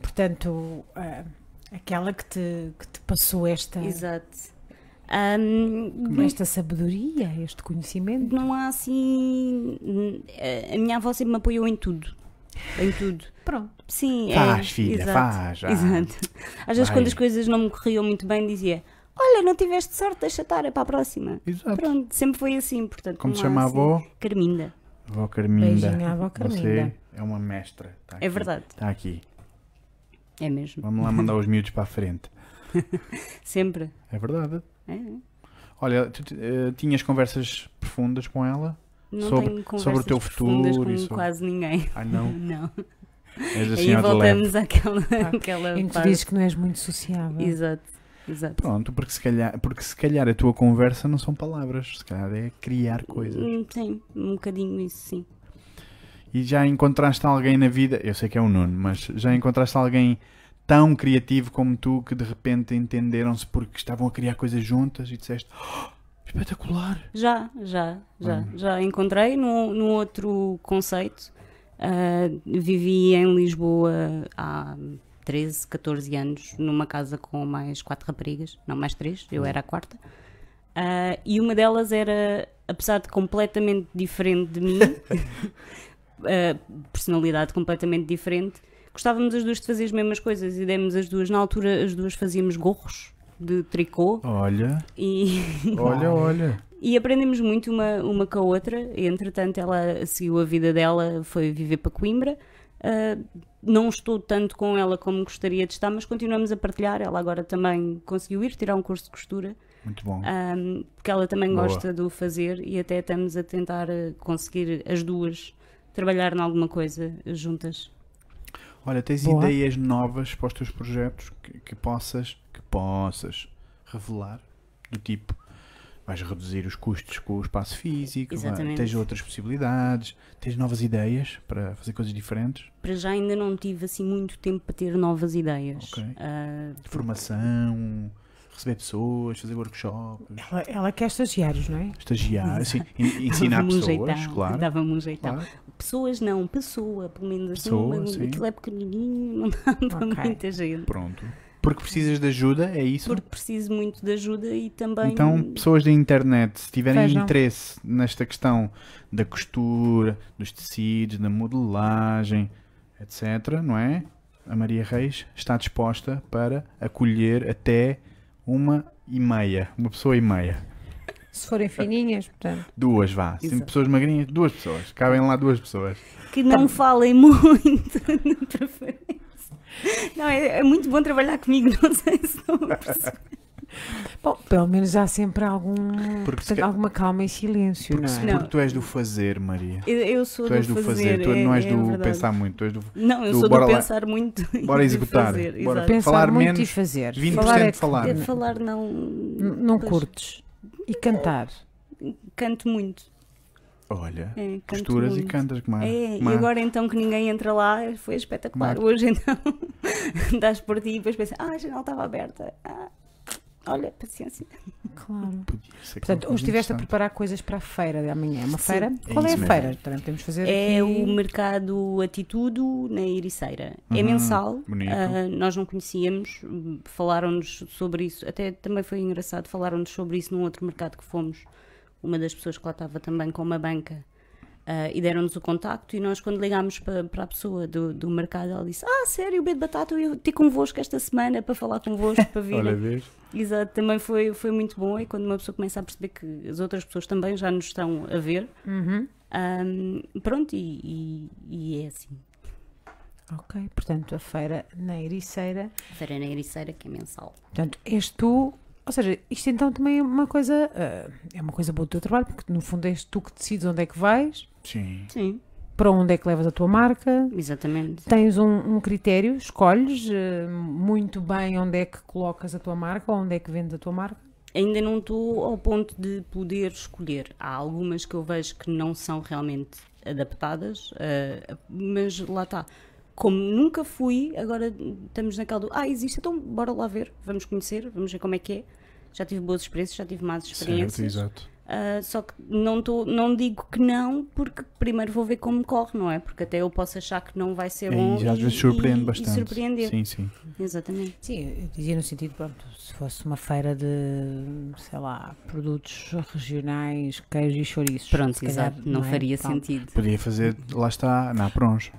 Speaker 3: portanto, ah, aquela que te, que te passou esta,
Speaker 2: Exato. Ahm,
Speaker 3: esta sabedoria, este
Speaker 1: é?
Speaker 3: conhecimento.
Speaker 2: não há assim. A minha avó sempre me apoiou em tudo. Em tudo.
Speaker 3: Pronto.
Speaker 2: Sim,
Speaker 1: Faz,
Speaker 2: é,
Speaker 1: filha,
Speaker 2: exato,
Speaker 1: faz, ah, já.
Speaker 2: Exato. Às vezes,
Speaker 1: Vai.
Speaker 2: quando as coisas não me corriam muito bem, dizia: Olha, não tiveste sorte, deixa estar, é para a próxima.
Speaker 1: Exato.
Speaker 2: Pronto, sempre foi assim, portanto.
Speaker 1: Como
Speaker 2: não
Speaker 1: se
Speaker 2: há
Speaker 1: chama a
Speaker 2: assim-
Speaker 1: avó?
Speaker 2: Carminda,
Speaker 1: Vó Carminda.
Speaker 3: Beijinho à vó Carminda.
Speaker 1: Você é uma mestra. Tá
Speaker 2: É verdade.
Speaker 1: Está aqui.
Speaker 2: é mesmo.
Speaker 1: Vamos lá mandar os miúdos para a frente.
Speaker 2: Sempre.
Speaker 1: É verdade.
Speaker 2: É, é.
Speaker 1: Olha, tu eh, tinhas conversas profundas com ela?
Speaker 2: Não
Speaker 1: Sobre-
Speaker 2: tenho conversas
Speaker 1: sobre o teu
Speaker 2: profundas
Speaker 1: futuro e
Speaker 2: com
Speaker 1: sobre-
Speaker 2: quase ninguém.
Speaker 1: Ai Ah, não,
Speaker 2: Não.
Speaker 1: és a
Speaker 2: Aí
Speaker 1: senhora Ah. de leve.
Speaker 2: voltamos àquela, àquela
Speaker 3: Em que tu
Speaker 2: fase.
Speaker 3: dizes que não é? és muito sociável.
Speaker 2: Exato, exato.
Speaker 1: Pronto, porque se, calhar, porque se calhar a tua conversa não são palavras, se calhar é criar coisas.
Speaker 2: Hum, Sim, um bocadinho isso, sim.
Speaker 1: E já encontraste alguém na vida, eu sei que é o Nuno, mas já encontraste alguém tão criativo como tu que de repente entenderam-se porque estavam a criar coisas juntas e disseste "Oh, espetacular!
Speaker 2: Já, já, já. Já encontrei num, num outro conceito. Ah, vivi em Lisboa há 13, 14 anos, numa casa com mais quatro raparigas, não mais três, eu era a quarta. Ah, e uma delas era, apesar de completamente diferente de mim, ah, personalidade completamente diferente, gostávamos as duas de fazer as mesmas coisas e demos as duas. Na altura, as duas fazíamos gorros de tricô
Speaker 1: Olha,
Speaker 2: e,
Speaker 1: olha, olha.
Speaker 2: e aprendemos muito uma, uma com a outra. Entretanto, ela seguiu a vida dela, foi viver para Coimbra. Ah, não estou tanto com ela como gostaria de estar, mas continuamos a partilhar. Ela agora também conseguiu ir tirar um curso de costura.
Speaker 1: Muito bom.
Speaker 2: Ah, Ahm, porque ela também
Speaker 1: Boa.
Speaker 2: gosta do fazer e até estamos a tentar eh, conseguir as duas trabalhar em alguma coisa juntas.
Speaker 1: Olha, tens
Speaker 3: Boa.
Speaker 1: ideias novas para os teus projetos que, que possas, que possas revelar? Do tipo, vais reduzir os custos com o espaço físico, vai-
Speaker 2: Exatamente.
Speaker 1: tens outras possibilidades, tens novas ideias para fazer coisas diferentes,
Speaker 2: Para já ainda não tive assim muito tempo para ter novas ideias.
Speaker 1: Ok.
Speaker 2: Ah,
Speaker 1: de formação, receber pessoas, fazer workshops,
Speaker 3: Ela, ela quer estagiários, não é?
Speaker 1: estagiar, assim, en- ensinar
Speaker 2: dava-me um
Speaker 1: pessoas,
Speaker 2: jeitão,
Speaker 1: claro.
Speaker 2: Dava-me um jeitão.
Speaker 1: claro.
Speaker 2: Pessoas não, pessoa, pelo menos assim,
Speaker 1: Pessoa,
Speaker 2: uma-
Speaker 1: sim.
Speaker 2: aquilo é pequenininho, não dá para
Speaker 3: Ok.
Speaker 2: muita gente.
Speaker 1: Pronto. Porque precisas de ajuda, é isso?
Speaker 2: Porque preciso muito de ajuda e também
Speaker 1: Então, pessoas da internet, se tiverem
Speaker 3: Vejam.
Speaker 1: interesse nesta questão da costura, dos tecidos, da modelagem, etc., não é? A Maria Reis está disposta para acolher até uma e meia, uma pessoa e meia.
Speaker 3: Se forem fininhas, portanto.
Speaker 1: Duas, vá.
Speaker 2: Exato.
Speaker 1: Cinco pessoas magrinhas, duas pessoas. Cabem lá duas pessoas.
Speaker 2: que não falem muito de preferência. Não, é, é muito bom trabalhar comigo, não sei se estão a perceber.
Speaker 3: Bom, pelo menos há sempre algum,
Speaker 1: Porque se
Speaker 3: portanto,
Speaker 1: ca-
Speaker 3: alguma calma e silêncio,
Speaker 1: Porque,
Speaker 3: não
Speaker 1: se-
Speaker 3: é?
Speaker 2: Não.
Speaker 1: porque tu és do fazer, Maria.
Speaker 2: Eu, eu sou
Speaker 1: Tu és
Speaker 2: do
Speaker 1: do
Speaker 2: é fazer,
Speaker 1: fazer, tu
Speaker 2: é-
Speaker 1: não és
Speaker 2: é
Speaker 1: do
Speaker 2: verdade.
Speaker 1: pensar muito, tu és do
Speaker 2: Não, eu
Speaker 1: do
Speaker 2: sou
Speaker 1: bora
Speaker 2: do
Speaker 1: lá.
Speaker 2: pensar muito e
Speaker 1: Bora
Speaker 2: do
Speaker 1: executar,
Speaker 2: fazer,
Speaker 1: bora.
Speaker 2: exato.
Speaker 3: Pensar
Speaker 1: falar
Speaker 3: muito e
Speaker 1: menos,
Speaker 3: falar.
Speaker 1: 20%
Speaker 3: falar é que
Speaker 1: falar.
Speaker 2: É,
Speaker 1: Não.
Speaker 2: falar não...
Speaker 3: n- não
Speaker 2: pois,
Speaker 3: curtes. E cantar.
Speaker 2: Canto muito.
Speaker 1: Olha,
Speaker 2: É, canto
Speaker 1: costuras e
Speaker 2: muito.
Speaker 1: cantas, como a-
Speaker 2: É,
Speaker 1: como a-
Speaker 2: e agora então que ninguém entra lá, foi espetacular.
Speaker 1: Mar-
Speaker 2: Hoje então dás por ti e depois pensas, ah, a janela estava aberta. Ah, olha, paciência.
Speaker 3: Claro.
Speaker 1: Podia ser qualquer
Speaker 3: Portanto,
Speaker 1: coisa
Speaker 3: hoje estiveste a
Speaker 1: interessante.
Speaker 3: preparar coisas para a feira de amanhã. É uma
Speaker 2: Sim.
Speaker 3: feira?
Speaker 1: É
Speaker 3: Qual é a
Speaker 1: isso mesmo.
Speaker 3: feira? Também podemos fazer
Speaker 2: É
Speaker 3: aqui.
Speaker 2: o mercado Atitudo na Ericeira. É
Speaker 1: Uhum,
Speaker 2: mensal.
Speaker 1: bonito.
Speaker 2: ah, nós não conhecíamos, hum, falaram-nos sobre isso. Até também foi engraçado, falaram-nos sobre isso num outro mercado que fomos. Uma das pessoas que lá estava também com uma banca. ah, e deram-nos o contacto e nós quando ligámos pa- para a pessoa do, do mercado ela disse ah sério, o B de Batata eu ia ter convosco esta semana para falar convosco, para vir
Speaker 1: Olha, vês?
Speaker 2: Exato, também foi, foi muito bom. E quando uma pessoa começa a perceber que as outras pessoas também já nos estão a ver,
Speaker 3: Uhum.
Speaker 2: Ahm, pronto, e, e- e é assim.
Speaker 3: Ok, portanto, a feira na Ericeira.
Speaker 2: Feira na Ericeira, que é mensal.
Speaker 3: Portanto, és tu. Ou seja, isto então também é uma coisa. ah, é uma coisa boa do teu trabalho, porque no fundo és tu que decides onde é que vais,
Speaker 1: Sim.
Speaker 2: Sim,
Speaker 3: para onde é que levas a tua marca.
Speaker 2: exatamente.
Speaker 3: Tens um, um critério, escolhes ah, muito bem onde é que colocas a tua marca, ou onde é que vendes a tua marca.
Speaker 2: Ainda não estou ao ponto de poder escolher. Há algumas que eu vejo que não são realmente adaptadas, ah, mas lá está. Como nunca fui, agora estamos naquela do. Ah, existe, então bora lá ver, vamos conhecer, vamos ver como é que é. Já tive boas experiências, já tive más
Speaker 1: Certo,
Speaker 2: experiências.
Speaker 1: exato.
Speaker 2: Ah, só que não, tô, não digo que não, porque primeiro vou ver como corre, não é? Porque até eu posso achar que não vai ser É bom.
Speaker 1: E já às
Speaker 2: e-
Speaker 1: vezes surpreende
Speaker 2: e-
Speaker 1: bastante.
Speaker 2: E surpreender.
Speaker 1: Sim, sim.
Speaker 2: Exatamente.
Speaker 3: Sim, eu dizia no sentido, pronto, se fosse uma feira de, sei lá, produtos regionais, queijos e chouriços.
Speaker 2: Pronto,
Speaker 3: se calhar,
Speaker 2: exato. Não,
Speaker 3: é?
Speaker 2: faria
Speaker 3: Pronto.
Speaker 2: sentido.
Speaker 1: Podia fazer, lá está, na pronja.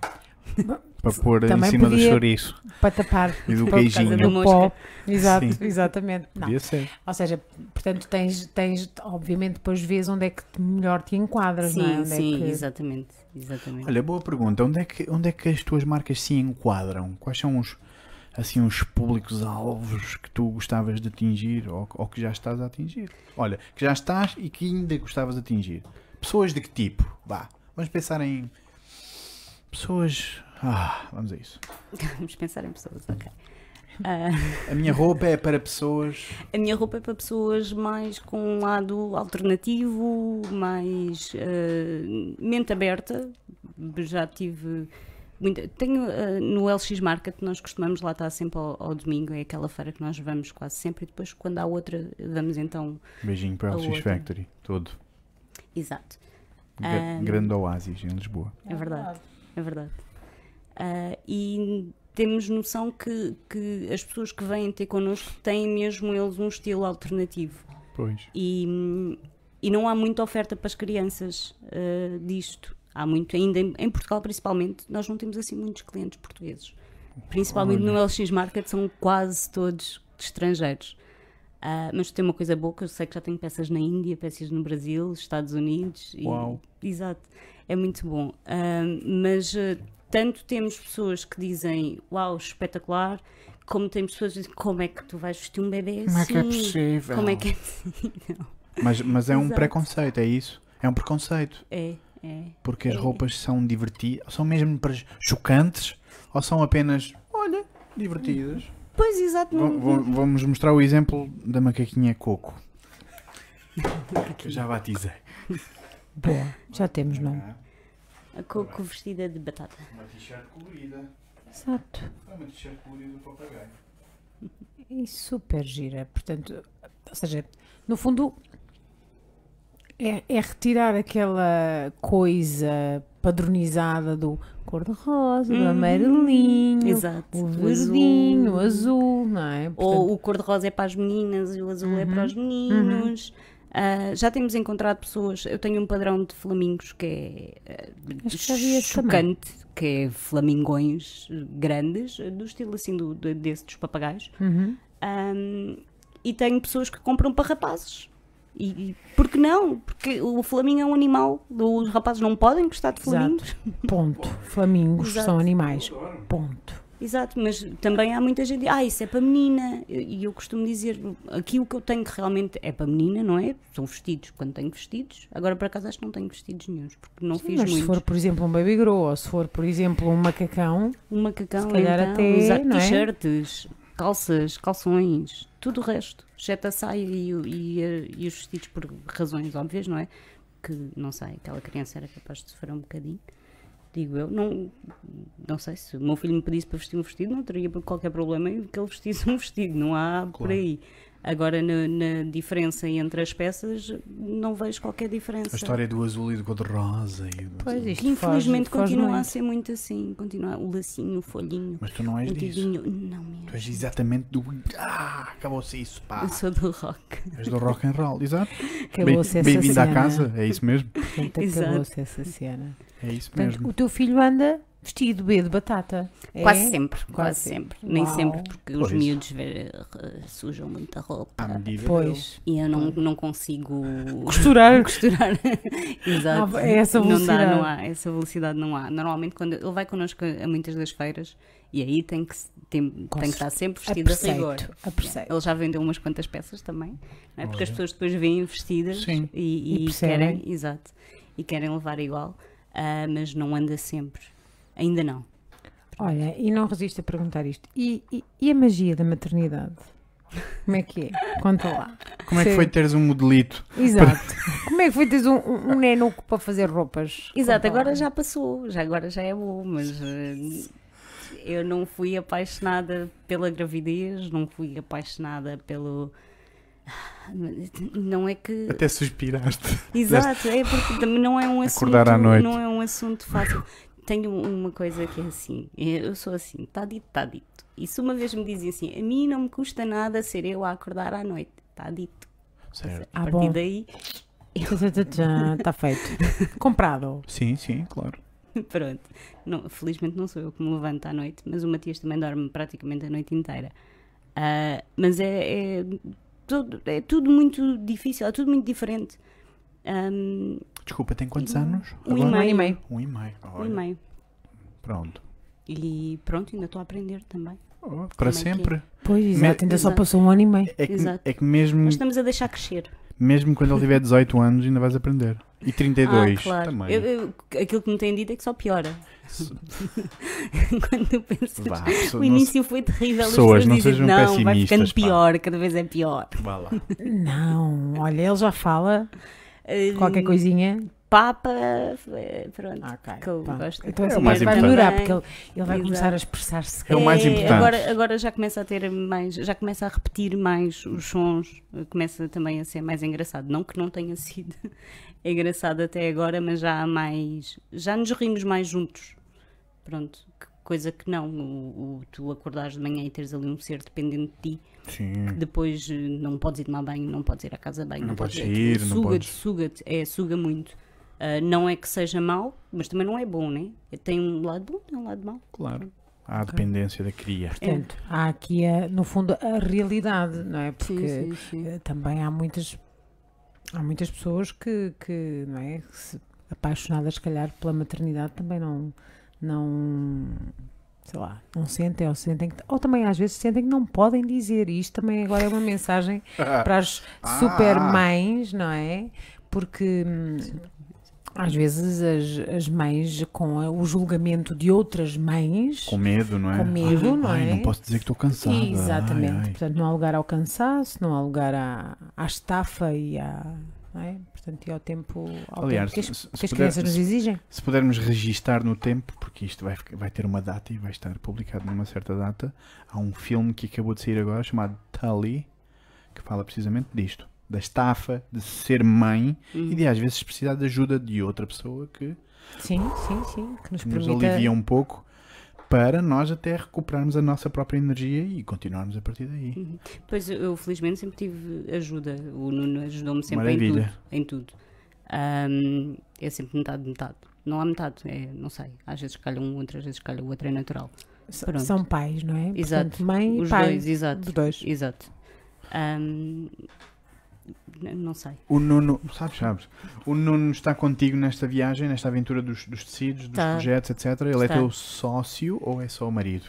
Speaker 1: para pôr em
Speaker 3: também
Speaker 1: cima
Speaker 3: podia-
Speaker 1: do chouriço
Speaker 3: Para tapar
Speaker 1: e do
Speaker 2: causa do
Speaker 1: queijinho.
Speaker 2: molho.
Speaker 3: o
Speaker 2: mosca.
Speaker 3: pó. Exato,
Speaker 1: Sim.
Speaker 3: exatamente. Não.
Speaker 1: Podia ser.
Speaker 3: Ou seja, portanto, tens, tens, obviamente, depois vês onde é que te- melhor te enquadras, não é?
Speaker 2: Sim,
Speaker 3: Onde é
Speaker 2: sim,
Speaker 3: que-
Speaker 2: exatamente. exatamente.
Speaker 1: Olha, boa pergunta. Onde é, que, onde é que as tuas marcas se enquadram? Quais são os, assim, os públicos-alvos que tu gostavas de atingir ou, ou que já estás a atingir? Olha, que já estás e que ainda gostavas de atingir. Pessoas de que tipo? Vá, vamos pensar em... Pessoas... Ah, vamos a isso.
Speaker 2: Vamos pensar em pessoas, ok. Ah,
Speaker 1: A minha roupa é para pessoas...
Speaker 2: a minha roupa é para pessoas mais com um lado alternativo, mais ah, mente aberta. Já tive. muita- Tenho ah, no LX Market, nós costumamos lá estar sempre ao, ao domingo, é aquela feira que nós vamos quase sempre, e depois, quando há outra, vamos então.
Speaker 1: Beijinho para
Speaker 2: A
Speaker 1: o LX
Speaker 2: outra.
Speaker 1: Factory, todo.
Speaker 2: Exato,
Speaker 1: Gra-
Speaker 2: Ah.
Speaker 1: Grande oásis em Lisboa.
Speaker 2: é verdade. É verdade. Ah, e temos noção que, que as pessoas que vêm ter connosco têm mesmo eles um estilo alternativo.
Speaker 1: Pois.
Speaker 2: E, e não há muita oferta para as crianças ah, disto. Há muito ainda, em, em Portugal principalmente, nós não temos assim muitos clientes portugueses. Principalmente no LX Market, são quase todos de estrangeiros. Ah, mas tem uma coisa boa que eu sei que já tenho peças na Índia, peças no Brasil, Estados Unidos. e-
Speaker 1: Uau.
Speaker 2: exato, é muito bom. Ah, mas ah, tanto temos pessoas que dizem uau, espetacular, como temos pessoas que dizem como é que tu vais vestir um bebê assim?
Speaker 1: Como é que é possível?
Speaker 2: Como é que é possível?
Speaker 1: Mas, mas é um
Speaker 2: Exato.
Speaker 1: preconceito, é isso? É um preconceito.
Speaker 2: É, é.
Speaker 1: Porque as
Speaker 2: É.
Speaker 1: roupas são divertidas, são mesmo para chocantes ou são apenas, olha, divertidas.
Speaker 2: Pois, exato.
Speaker 1: Vam-
Speaker 2: não-
Speaker 1: vam- Vamos mostrar o exemplo da macaquinha Coco. Que eu já batizei.
Speaker 3: Boa, já temos nome.
Speaker 2: A coco vestida de batata.
Speaker 1: Uma t-shirt colorida. É
Speaker 3: Exato.
Speaker 1: Uma t-shirt colorida do papagaio.
Speaker 3: E É super gira. Portanto, ou seja, no fundo é, é retirar aquela coisa padronizada do cor-de-rosa, do amarelinho,
Speaker 2: Uhum. Exato.
Speaker 3: o
Speaker 2: O
Speaker 3: verdinho, o azul, não é?
Speaker 2: Ou o cor-de-rosa é para as meninas e o azul é para os
Speaker 3: Uhum.
Speaker 2: meninos. Ah, já temos encontrado pessoas. Eu tenho um padrão de flamingos que é ah,
Speaker 3: Acho que já vi esse
Speaker 2: chocante, que é flamingões eh, grandes, eh, do estilo assim do, do- desse dos papagaios.
Speaker 3: uhum.
Speaker 2: Ahm, e tenho pessoas que compram para rapazes. E, e por que não? Porque o flamingo é um animal. Os rapazes não podem gostar de
Speaker 3: Exato.
Speaker 2: flamingos.
Speaker 3: Ponto. Flamingos
Speaker 2: Exato.
Speaker 3: são animais. Ponto.
Speaker 2: Exato, mas também há muita gente que diz, ah, isso é para menina. E eu costumo dizer, aqui o que eu tenho que realmente é para menina, não é? São vestidos, quando tenho vestidos. Agora, por acaso, acho que não tenho vestidos nenhums, porque não fiz
Speaker 3: Mas
Speaker 2: muitos.
Speaker 3: se for, por exemplo, um baby grow ou se for, por exemplo, um macacão,
Speaker 2: Um macacão,
Speaker 3: se calhar
Speaker 2: então,
Speaker 3: até,
Speaker 2: exato,
Speaker 3: não é?
Speaker 2: t-shirts, calças, calções, tudo o resto. Exceto a saia e, o- e, eh, e os vestidos por razões óbvias, não é? Que, não sei, aquela criança era capaz de sofrer um bocadinho. Digo eu, não, não sei se o meu filho me pedisse para vestir um vestido, não teria qualquer problema em que ele vestisse um vestido, não há por aí. Agora, na, na diferença entre as peças, não vejo qualquer diferença.
Speaker 1: A história é do azul e do cor-de-rosa. e do-
Speaker 3: pois isto
Speaker 2: que infelizmente
Speaker 3: foge- foge
Speaker 2: continua a
Speaker 3: muito.
Speaker 2: ser muito assim, continua o lacinho, o folhinho,
Speaker 1: Mas tu não és
Speaker 2: o
Speaker 1: disso.
Speaker 2: dedinho, não mesmo.
Speaker 1: Tu és exatamente do. Ah, acabou-se isso, pá.
Speaker 2: Eu sou do rock.
Speaker 1: És do rock and roll, exato.
Speaker 3: Acabou-se
Speaker 1: Bem-
Speaker 3: essa
Speaker 1: Bem-vindo à
Speaker 3: cena.
Speaker 1: casa, é isso mesmo.
Speaker 3: Portanto,
Speaker 2: Exato.
Speaker 3: acabou-se essa cena.
Speaker 1: É isso
Speaker 3: Portanto,
Speaker 1: mesmo.
Speaker 3: o teu filho anda vestido B de batata. É?
Speaker 2: Quase sempre, quase,
Speaker 3: Quase
Speaker 2: sempre.
Speaker 3: sempre.
Speaker 2: Nem
Speaker 3: Uau.
Speaker 2: sempre, porque os
Speaker 1: Pois. Ah,
Speaker 2: miúdos eh, eh, sujam muita roupa.
Speaker 1: À medida. deles.
Speaker 3: Pois.
Speaker 2: E eu não, não consigo
Speaker 3: Costurar.
Speaker 2: costurar. Exato.
Speaker 3: Ah, é essa
Speaker 2: não dá,
Speaker 3: velocidade.
Speaker 2: não há. Essa velocidade não há. Normalmente, quando ele vai connosco a muitas das feiras, e aí tem que, se- tem, tem que estar
Speaker 3: É
Speaker 2: sempre vestido a rigor.
Speaker 3: Aperceito. Aperceito.
Speaker 2: Ele já vendeu umas quantas peças também, não é? porque as pessoas depois vêm vestidas
Speaker 1: Sim.
Speaker 2: e,
Speaker 3: E
Speaker 2: e
Speaker 3: percebem.
Speaker 2: querem, exato, e querem levar igual, ah, mas não anda sempre, ainda não.
Speaker 3: Olha, e não resisto a perguntar isto. E, e- e a magia da maternidade? Como é que é? Conta lá.
Speaker 1: Como é que
Speaker 3: Sim.
Speaker 1: foi teres um modelito?
Speaker 3: Exato. Como é que foi teres um, um, um nenuco para fazer roupas?
Speaker 2: Exato,
Speaker 3: Conta lá.
Speaker 2: agora já passou, já agora já é bom, mas ah, eu não fui apaixonada pela gravidez, não fui apaixonada pelo. ah, Não é que.
Speaker 1: Até suspiraste.
Speaker 2: Exato, é porque também não é um assunto,
Speaker 1: Acordar à noite.
Speaker 2: não é um assunto fácil. Tenho uma coisa que é assim, eu sou assim, está dito, está dito. E se uma vez me dizem assim, a mim não me custa nada ser eu a acordar à noite, está dito.
Speaker 1: Certo.
Speaker 2: A
Speaker 3: Ah,
Speaker 2: partir
Speaker 3: bom.
Speaker 2: daí,
Speaker 3: Está tá feito. Comprado.
Speaker 1: Sim, sim, claro.
Speaker 2: pronto. Não, felizmente não sou eu que me levanto à noite, mas o Matias também dorme praticamente a noite inteira. Ah, mas é, é, tudo, é tudo muito difícil, é tudo muito diferente. Ahm,
Speaker 1: Desculpa, tem quantos anos?
Speaker 2: um, e
Speaker 1: Agora?
Speaker 3: Um ano e
Speaker 2: meio,
Speaker 3: meio.
Speaker 1: Um e meio.
Speaker 2: um e
Speaker 1: Olha,
Speaker 2: meio.
Speaker 1: Pronto.
Speaker 2: E pronto, ainda estou a aprender também.
Speaker 3: Hum.
Speaker 1: Oh, para
Speaker 2: é que é?
Speaker 1: sempre.
Speaker 3: Pois, exato. Ainda só
Speaker 2: Exato.
Speaker 3: passou um ano e meio.
Speaker 1: É que,
Speaker 2: Exato.
Speaker 1: é que mesmo,
Speaker 2: Nós estamos a deixar crescer.
Speaker 1: mesmo quando ele tiver 18 anos, ainda vais aprender. E 32
Speaker 2: ah, claro.
Speaker 1: também.
Speaker 2: Eu- eu- aquilo que me têm dito é que só piora.
Speaker 1: Se-
Speaker 2: Quando tu pensas.
Speaker 1: Vá, pessoa-
Speaker 2: O
Speaker 1: não se-
Speaker 2: início foi terrível. as
Speaker 1: pessoas, não
Speaker 2: dizem,
Speaker 1: sejam
Speaker 2: não vai
Speaker 1: pessimistas,
Speaker 2: ficando
Speaker 1: pá."
Speaker 2: pior, cada vez é pior.
Speaker 1: vá lá.
Speaker 3: Não, olha, ele já fala qualquer
Speaker 2: Hum,
Speaker 3: coisinha.
Speaker 2: Papa, eh, pronto.
Speaker 1: Ah,
Speaker 3: Ok,
Speaker 2: que eu
Speaker 3: pronto.
Speaker 2: gosto.
Speaker 3: Então,
Speaker 1: É
Speaker 3: assim,
Speaker 1: o mais
Speaker 3: vai
Speaker 1: importante.
Speaker 3: melhorar, porque ele, ele vai
Speaker 2: Exato.
Speaker 3: começar a expressar-se.
Speaker 1: É o mais importante.
Speaker 2: Eh, Agora, agora já começa a ter mais, já começa a repetir mais os sons, começa também a ser mais engraçado. Não que não tenha sido engraçado até agora, mas já há mais. Já nos rimos mais juntos. Pronto, que- coisa que não. O, o- tu acordares de manhã e teres ali um ser dependente de ti,
Speaker 1: Sim.
Speaker 2: depois eh, não podes ir tomar banho, não podes ir à casa de banho,
Speaker 1: Não podes
Speaker 2: aquilo
Speaker 1: sair, não
Speaker 2: suga-te,
Speaker 1: podes-
Speaker 2: suga-te, é, suga muito. Eh, Ah, não é que seja mau, mas também não é bom, né? Tem um lado bom, tem um lado mau.
Speaker 1: Claro. Há a dependência da cria.
Speaker 3: Portanto, há aqui, a- no fundo, a realidade, não é? Porque
Speaker 2: sim, sim.
Speaker 3: eh, também há muitas, há muitas pessoas que, que, não é? Que se- apaixonadas, se calhar, pela maternidade também não, não, sei lá, não sentem ou sentem, que, ou também às vezes sentem que não podem dizer. E isto também agora é uma mensagem para as
Speaker 1: Ah.
Speaker 3: super mães, não é? Porque hum, às vezes as, as mães, com a- o julgamento de outras mães,
Speaker 1: Com medo, não é?
Speaker 3: Com medo, não
Speaker 1: ai,
Speaker 3: é?
Speaker 1: não posso dizer que estou cansada. ai,
Speaker 3: Exatamente.
Speaker 1: ai.
Speaker 3: Portanto, não há lugar ao cansaço, não há lugar à, à estafa e à. Não é? Portanto, e ao tempo, ao
Speaker 1: Aliás,
Speaker 3: tempo que as,
Speaker 1: se-
Speaker 3: que
Speaker 1: se
Speaker 3: as
Speaker 1: puder-
Speaker 3: crianças nos
Speaker 1: se-
Speaker 3: exigem.
Speaker 1: Se pudermos registar no tempo, porque isto vai, ficar- vai ter uma data e vai estar publicado numa certa data, há um filme que acabou de sair agora chamado Tully, que fala precisamente disto. Da estafa, de ser mãe e de às vezes precisar de ajuda de outra pessoa que
Speaker 3: Sim, sim, sim. Que nos
Speaker 1: que nos
Speaker 3: permita.
Speaker 1: alivia um pouco para nós até recuperarmos a nossa própria energia e continuarmos a partir daí.
Speaker 2: Uhum. Pois eu, eu, felizmente, sempre tive ajuda. O Nuno ajudou-me sempre em tudo.
Speaker 1: Maravilha.
Speaker 2: Em tudo. Ahm, é sempre metade, metade. Não há metade, é, não sei. Às vezes calha um, outras vezes calha o outro, é natural.
Speaker 3: s-
Speaker 2: Pronto.
Speaker 3: São pais, não é?
Speaker 2: Exato.
Speaker 3: Portanto, mãe e
Speaker 2: Os
Speaker 3: pai.
Speaker 2: dois, exato.
Speaker 3: Os dois.
Speaker 2: Exato. Ahm, n- não sei.
Speaker 1: O Nuno, sabes, sabes, o Nuno está contigo nesta viagem, nesta aventura dos, dos tecidos, dos
Speaker 2: Tá.
Speaker 1: projetos, etc. Ele é
Speaker 2: Está.
Speaker 1: teu sócio ou é só o marido?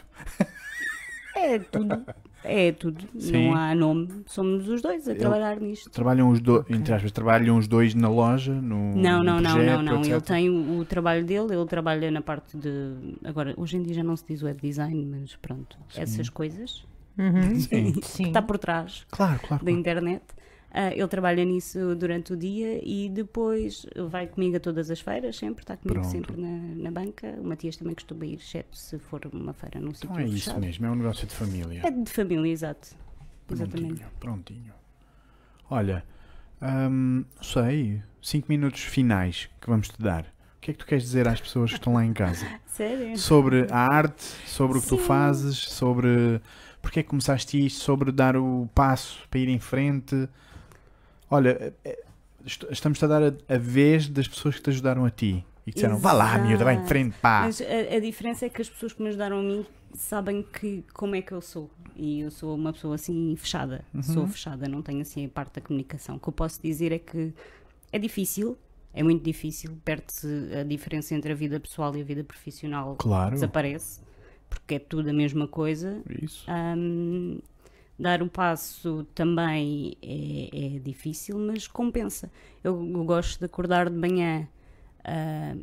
Speaker 2: É tudo. É tudo.
Speaker 1: Sim.
Speaker 2: Não há nome. Somos os dois a
Speaker 1: Ele-
Speaker 2: trabalhar nisto.
Speaker 1: Trabalham os dois, entre aspas, trabalham os dois na loja, no
Speaker 2: Não,
Speaker 1: no
Speaker 2: não, não,
Speaker 1: um projeto,
Speaker 2: não, não.
Speaker 1: etc.
Speaker 2: Ele tem o, o trabalho dele, ele trabalha na parte de. Agora, hoje em dia já não se diz web design, mas pronto, essas coisas
Speaker 3: Uhum.
Speaker 1: Sim.
Speaker 3: Sim.
Speaker 2: está por trás
Speaker 1: Claro, claro.
Speaker 2: da
Speaker 1: claro.
Speaker 2: internet. Ah, ele trabalha nisso durante o dia e depois vai comigo a todas as feiras, sempre, está comigo
Speaker 1: Pronto.
Speaker 2: sempre na, na banca. O Matias também costuma ir, exceto se for uma feira num sítio
Speaker 1: Então é isso
Speaker 2: fechado.
Speaker 1: mesmo, é um negócio de família.
Speaker 2: É de família, exato. Exatamente.
Speaker 1: Prontinho, prontinho. Olha, hum, não sei, 5 minutos finais que vamos te dar. O que é que tu queres dizer às pessoas que estão lá em casa?
Speaker 2: Sério?
Speaker 1: Sobre a arte, sobre o que tu
Speaker 2: Sim.
Speaker 1: fazes, sobre porque é que começaste isto, sobre dar o passo para ir em frente. Olha, eh, eh, est- estamos-te a dar a, a vez das pessoas que te ajudaram a ti e que disseram: vá lá,
Speaker 2: Exato.
Speaker 1: miúda, vai em frente, pá.
Speaker 2: Mas a, a diferença é que as pessoas que me ajudaram a mim sabem que como é que eu sou. E eu sou uma pessoa assim fechada. Sou fechada, não tenho assim a parte da comunicação. O que eu posso dizer é que é difícil, é muito difícil. Perde-se a diferença entre a vida pessoal e a vida profissional.
Speaker 1: Claro,
Speaker 2: Desaparece, porque é tudo a mesma coisa.
Speaker 1: isso.
Speaker 2: Ahm, dar um passo também é, é difícil, mas compensa. Eu, eu gosto de acordar de manhã, ah,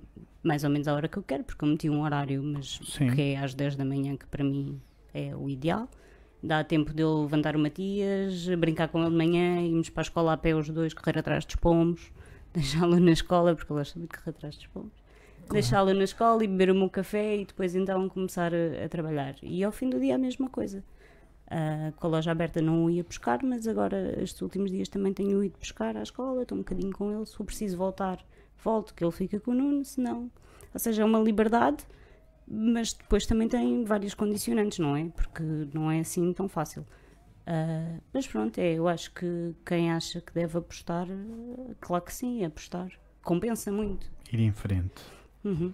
Speaker 2: mais ou menos à hora que eu quero, porque eu meti um horário, mas
Speaker 1: Sim.
Speaker 2: que é às 10 da manhã, que para mim é o ideal. Dá tempo de eu levantar o Matias, brincar com ele de manhã, irmos para a escola a pé os dois, correr atrás dos pomos, deixá-lo na escola, porque eu gosto muito de correr atrás dos pomos deixá-la na escola e beber o meu café e depois então começar a, a trabalhar. E ao fim do dia a mesma coisa. Ah, com a loja aberta não o ia buscar, mas agora estes últimos dias também tenho ido buscar à escola, estou um bocadinho com ele. Se for preciso voltar, volto, que ele fica com o Nuno, se não. Ou seja, é uma liberdade, mas depois também tem vários condicionantes, não é? Porque não é assim tão fácil. Ah, mas pronto, é, eu acho que quem acha que deve apostar, ah, claro que sim, apostar. Compensa muito.
Speaker 1: Ir em frente.
Speaker 2: Uhum.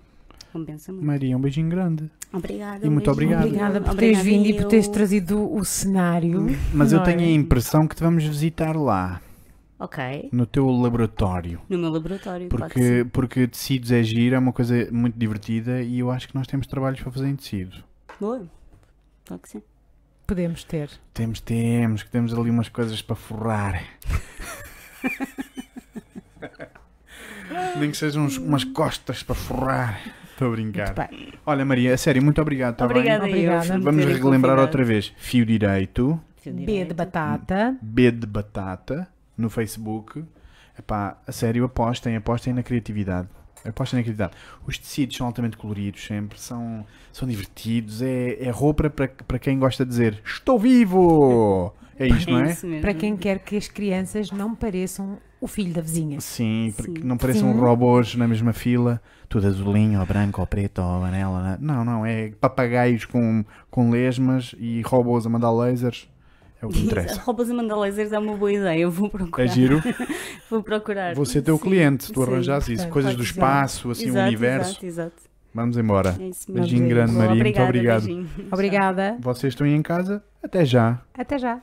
Speaker 2: Compensa muito.
Speaker 1: Maria, um beijinho grande.
Speaker 2: Obrigada.
Speaker 1: E muito
Speaker 2: um beijinho.
Speaker 1: obrigado.
Speaker 3: Obrigada por teres
Speaker 2: Obrigada
Speaker 3: vindo e por teres
Speaker 2: eu.
Speaker 3: trazido o cenário.
Speaker 1: Mas eu
Speaker 3: Não
Speaker 1: tenho
Speaker 3: é?
Speaker 1: a impressão que te vamos visitar lá,
Speaker 2: Ok,
Speaker 1: no teu laboratório.
Speaker 2: no meu laboratório. claro que
Speaker 1: Porque, porque tecidos é giro, é uma coisa muito divertida e eu acho que nós temos trabalhos para fazer em tecido.
Speaker 2: sim. Boa. Claro que sim.
Speaker 3: Podemos ter.
Speaker 1: Temos, temos, que temos ali umas coisas para forrar. Nem que sejam uns- umas costas para forrar. Estou a brincar.
Speaker 3: Muito bem.
Speaker 1: Olha, Maria, a sério, muito obrigado. tá bem?
Speaker 2: Tá Obrigada,
Speaker 3: Obrigada.
Speaker 2: eu. por me
Speaker 1: Vamos
Speaker 2: terem
Speaker 1: relembrar
Speaker 2: convidado.
Speaker 1: outra vez. Fio direito.
Speaker 2: Fio direito.
Speaker 3: B de batata.
Speaker 1: B de Batata no Facebook. Epá, a sério, apostem, apostem na criatividade. Apostem na criatividade. Os tecidos são altamente coloridos sempre, são, são divertidos. É, é roupa para, para quem gosta de dizer estou vivo! É isto, não
Speaker 2: É
Speaker 1: é?
Speaker 2: isso mesmo.
Speaker 3: Para quem quer que as crianças não pareçam o filho da vizinha.
Speaker 1: Sim, para
Speaker 2: Sim.
Speaker 1: que não pareçam
Speaker 3: Sim.
Speaker 1: robôs na mesma fila, tudo azulinho, ou branco, ou preto, ou amarelo. Não, não, é papagaios com, com lesmas e robôs a mandar lasers. É o que
Speaker 2: Isso,
Speaker 1: interessa.
Speaker 2: Roupas e mandar lasers é uma boa ideia. Eu vou procurar.
Speaker 1: É giro.
Speaker 2: Vou procurar.
Speaker 1: Vou ser teu
Speaker 2: Sim,
Speaker 1: cliente se tu
Speaker 2: sim.
Speaker 1: arranjas isso.
Speaker 3: portanto,
Speaker 1: Coisas
Speaker 3: pode
Speaker 1: do
Speaker 3: ser.
Speaker 1: espaço, assim, o
Speaker 2: Exato,
Speaker 1: universo.
Speaker 2: Exato, exato.
Speaker 1: Vamos embora.
Speaker 2: É isso mesmo.
Speaker 1: Beijinho grande,
Speaker 3: Boa,
Speaker 1: Maria.
Speaker 2: Obrigada,
Speaker 1: Muito obrigado.
Speaker 2: beijinho.
Speaker 3: Obrigada.
Speaker 1: Vocês estão aí em casa? Até já.
Speaker 3: Até já.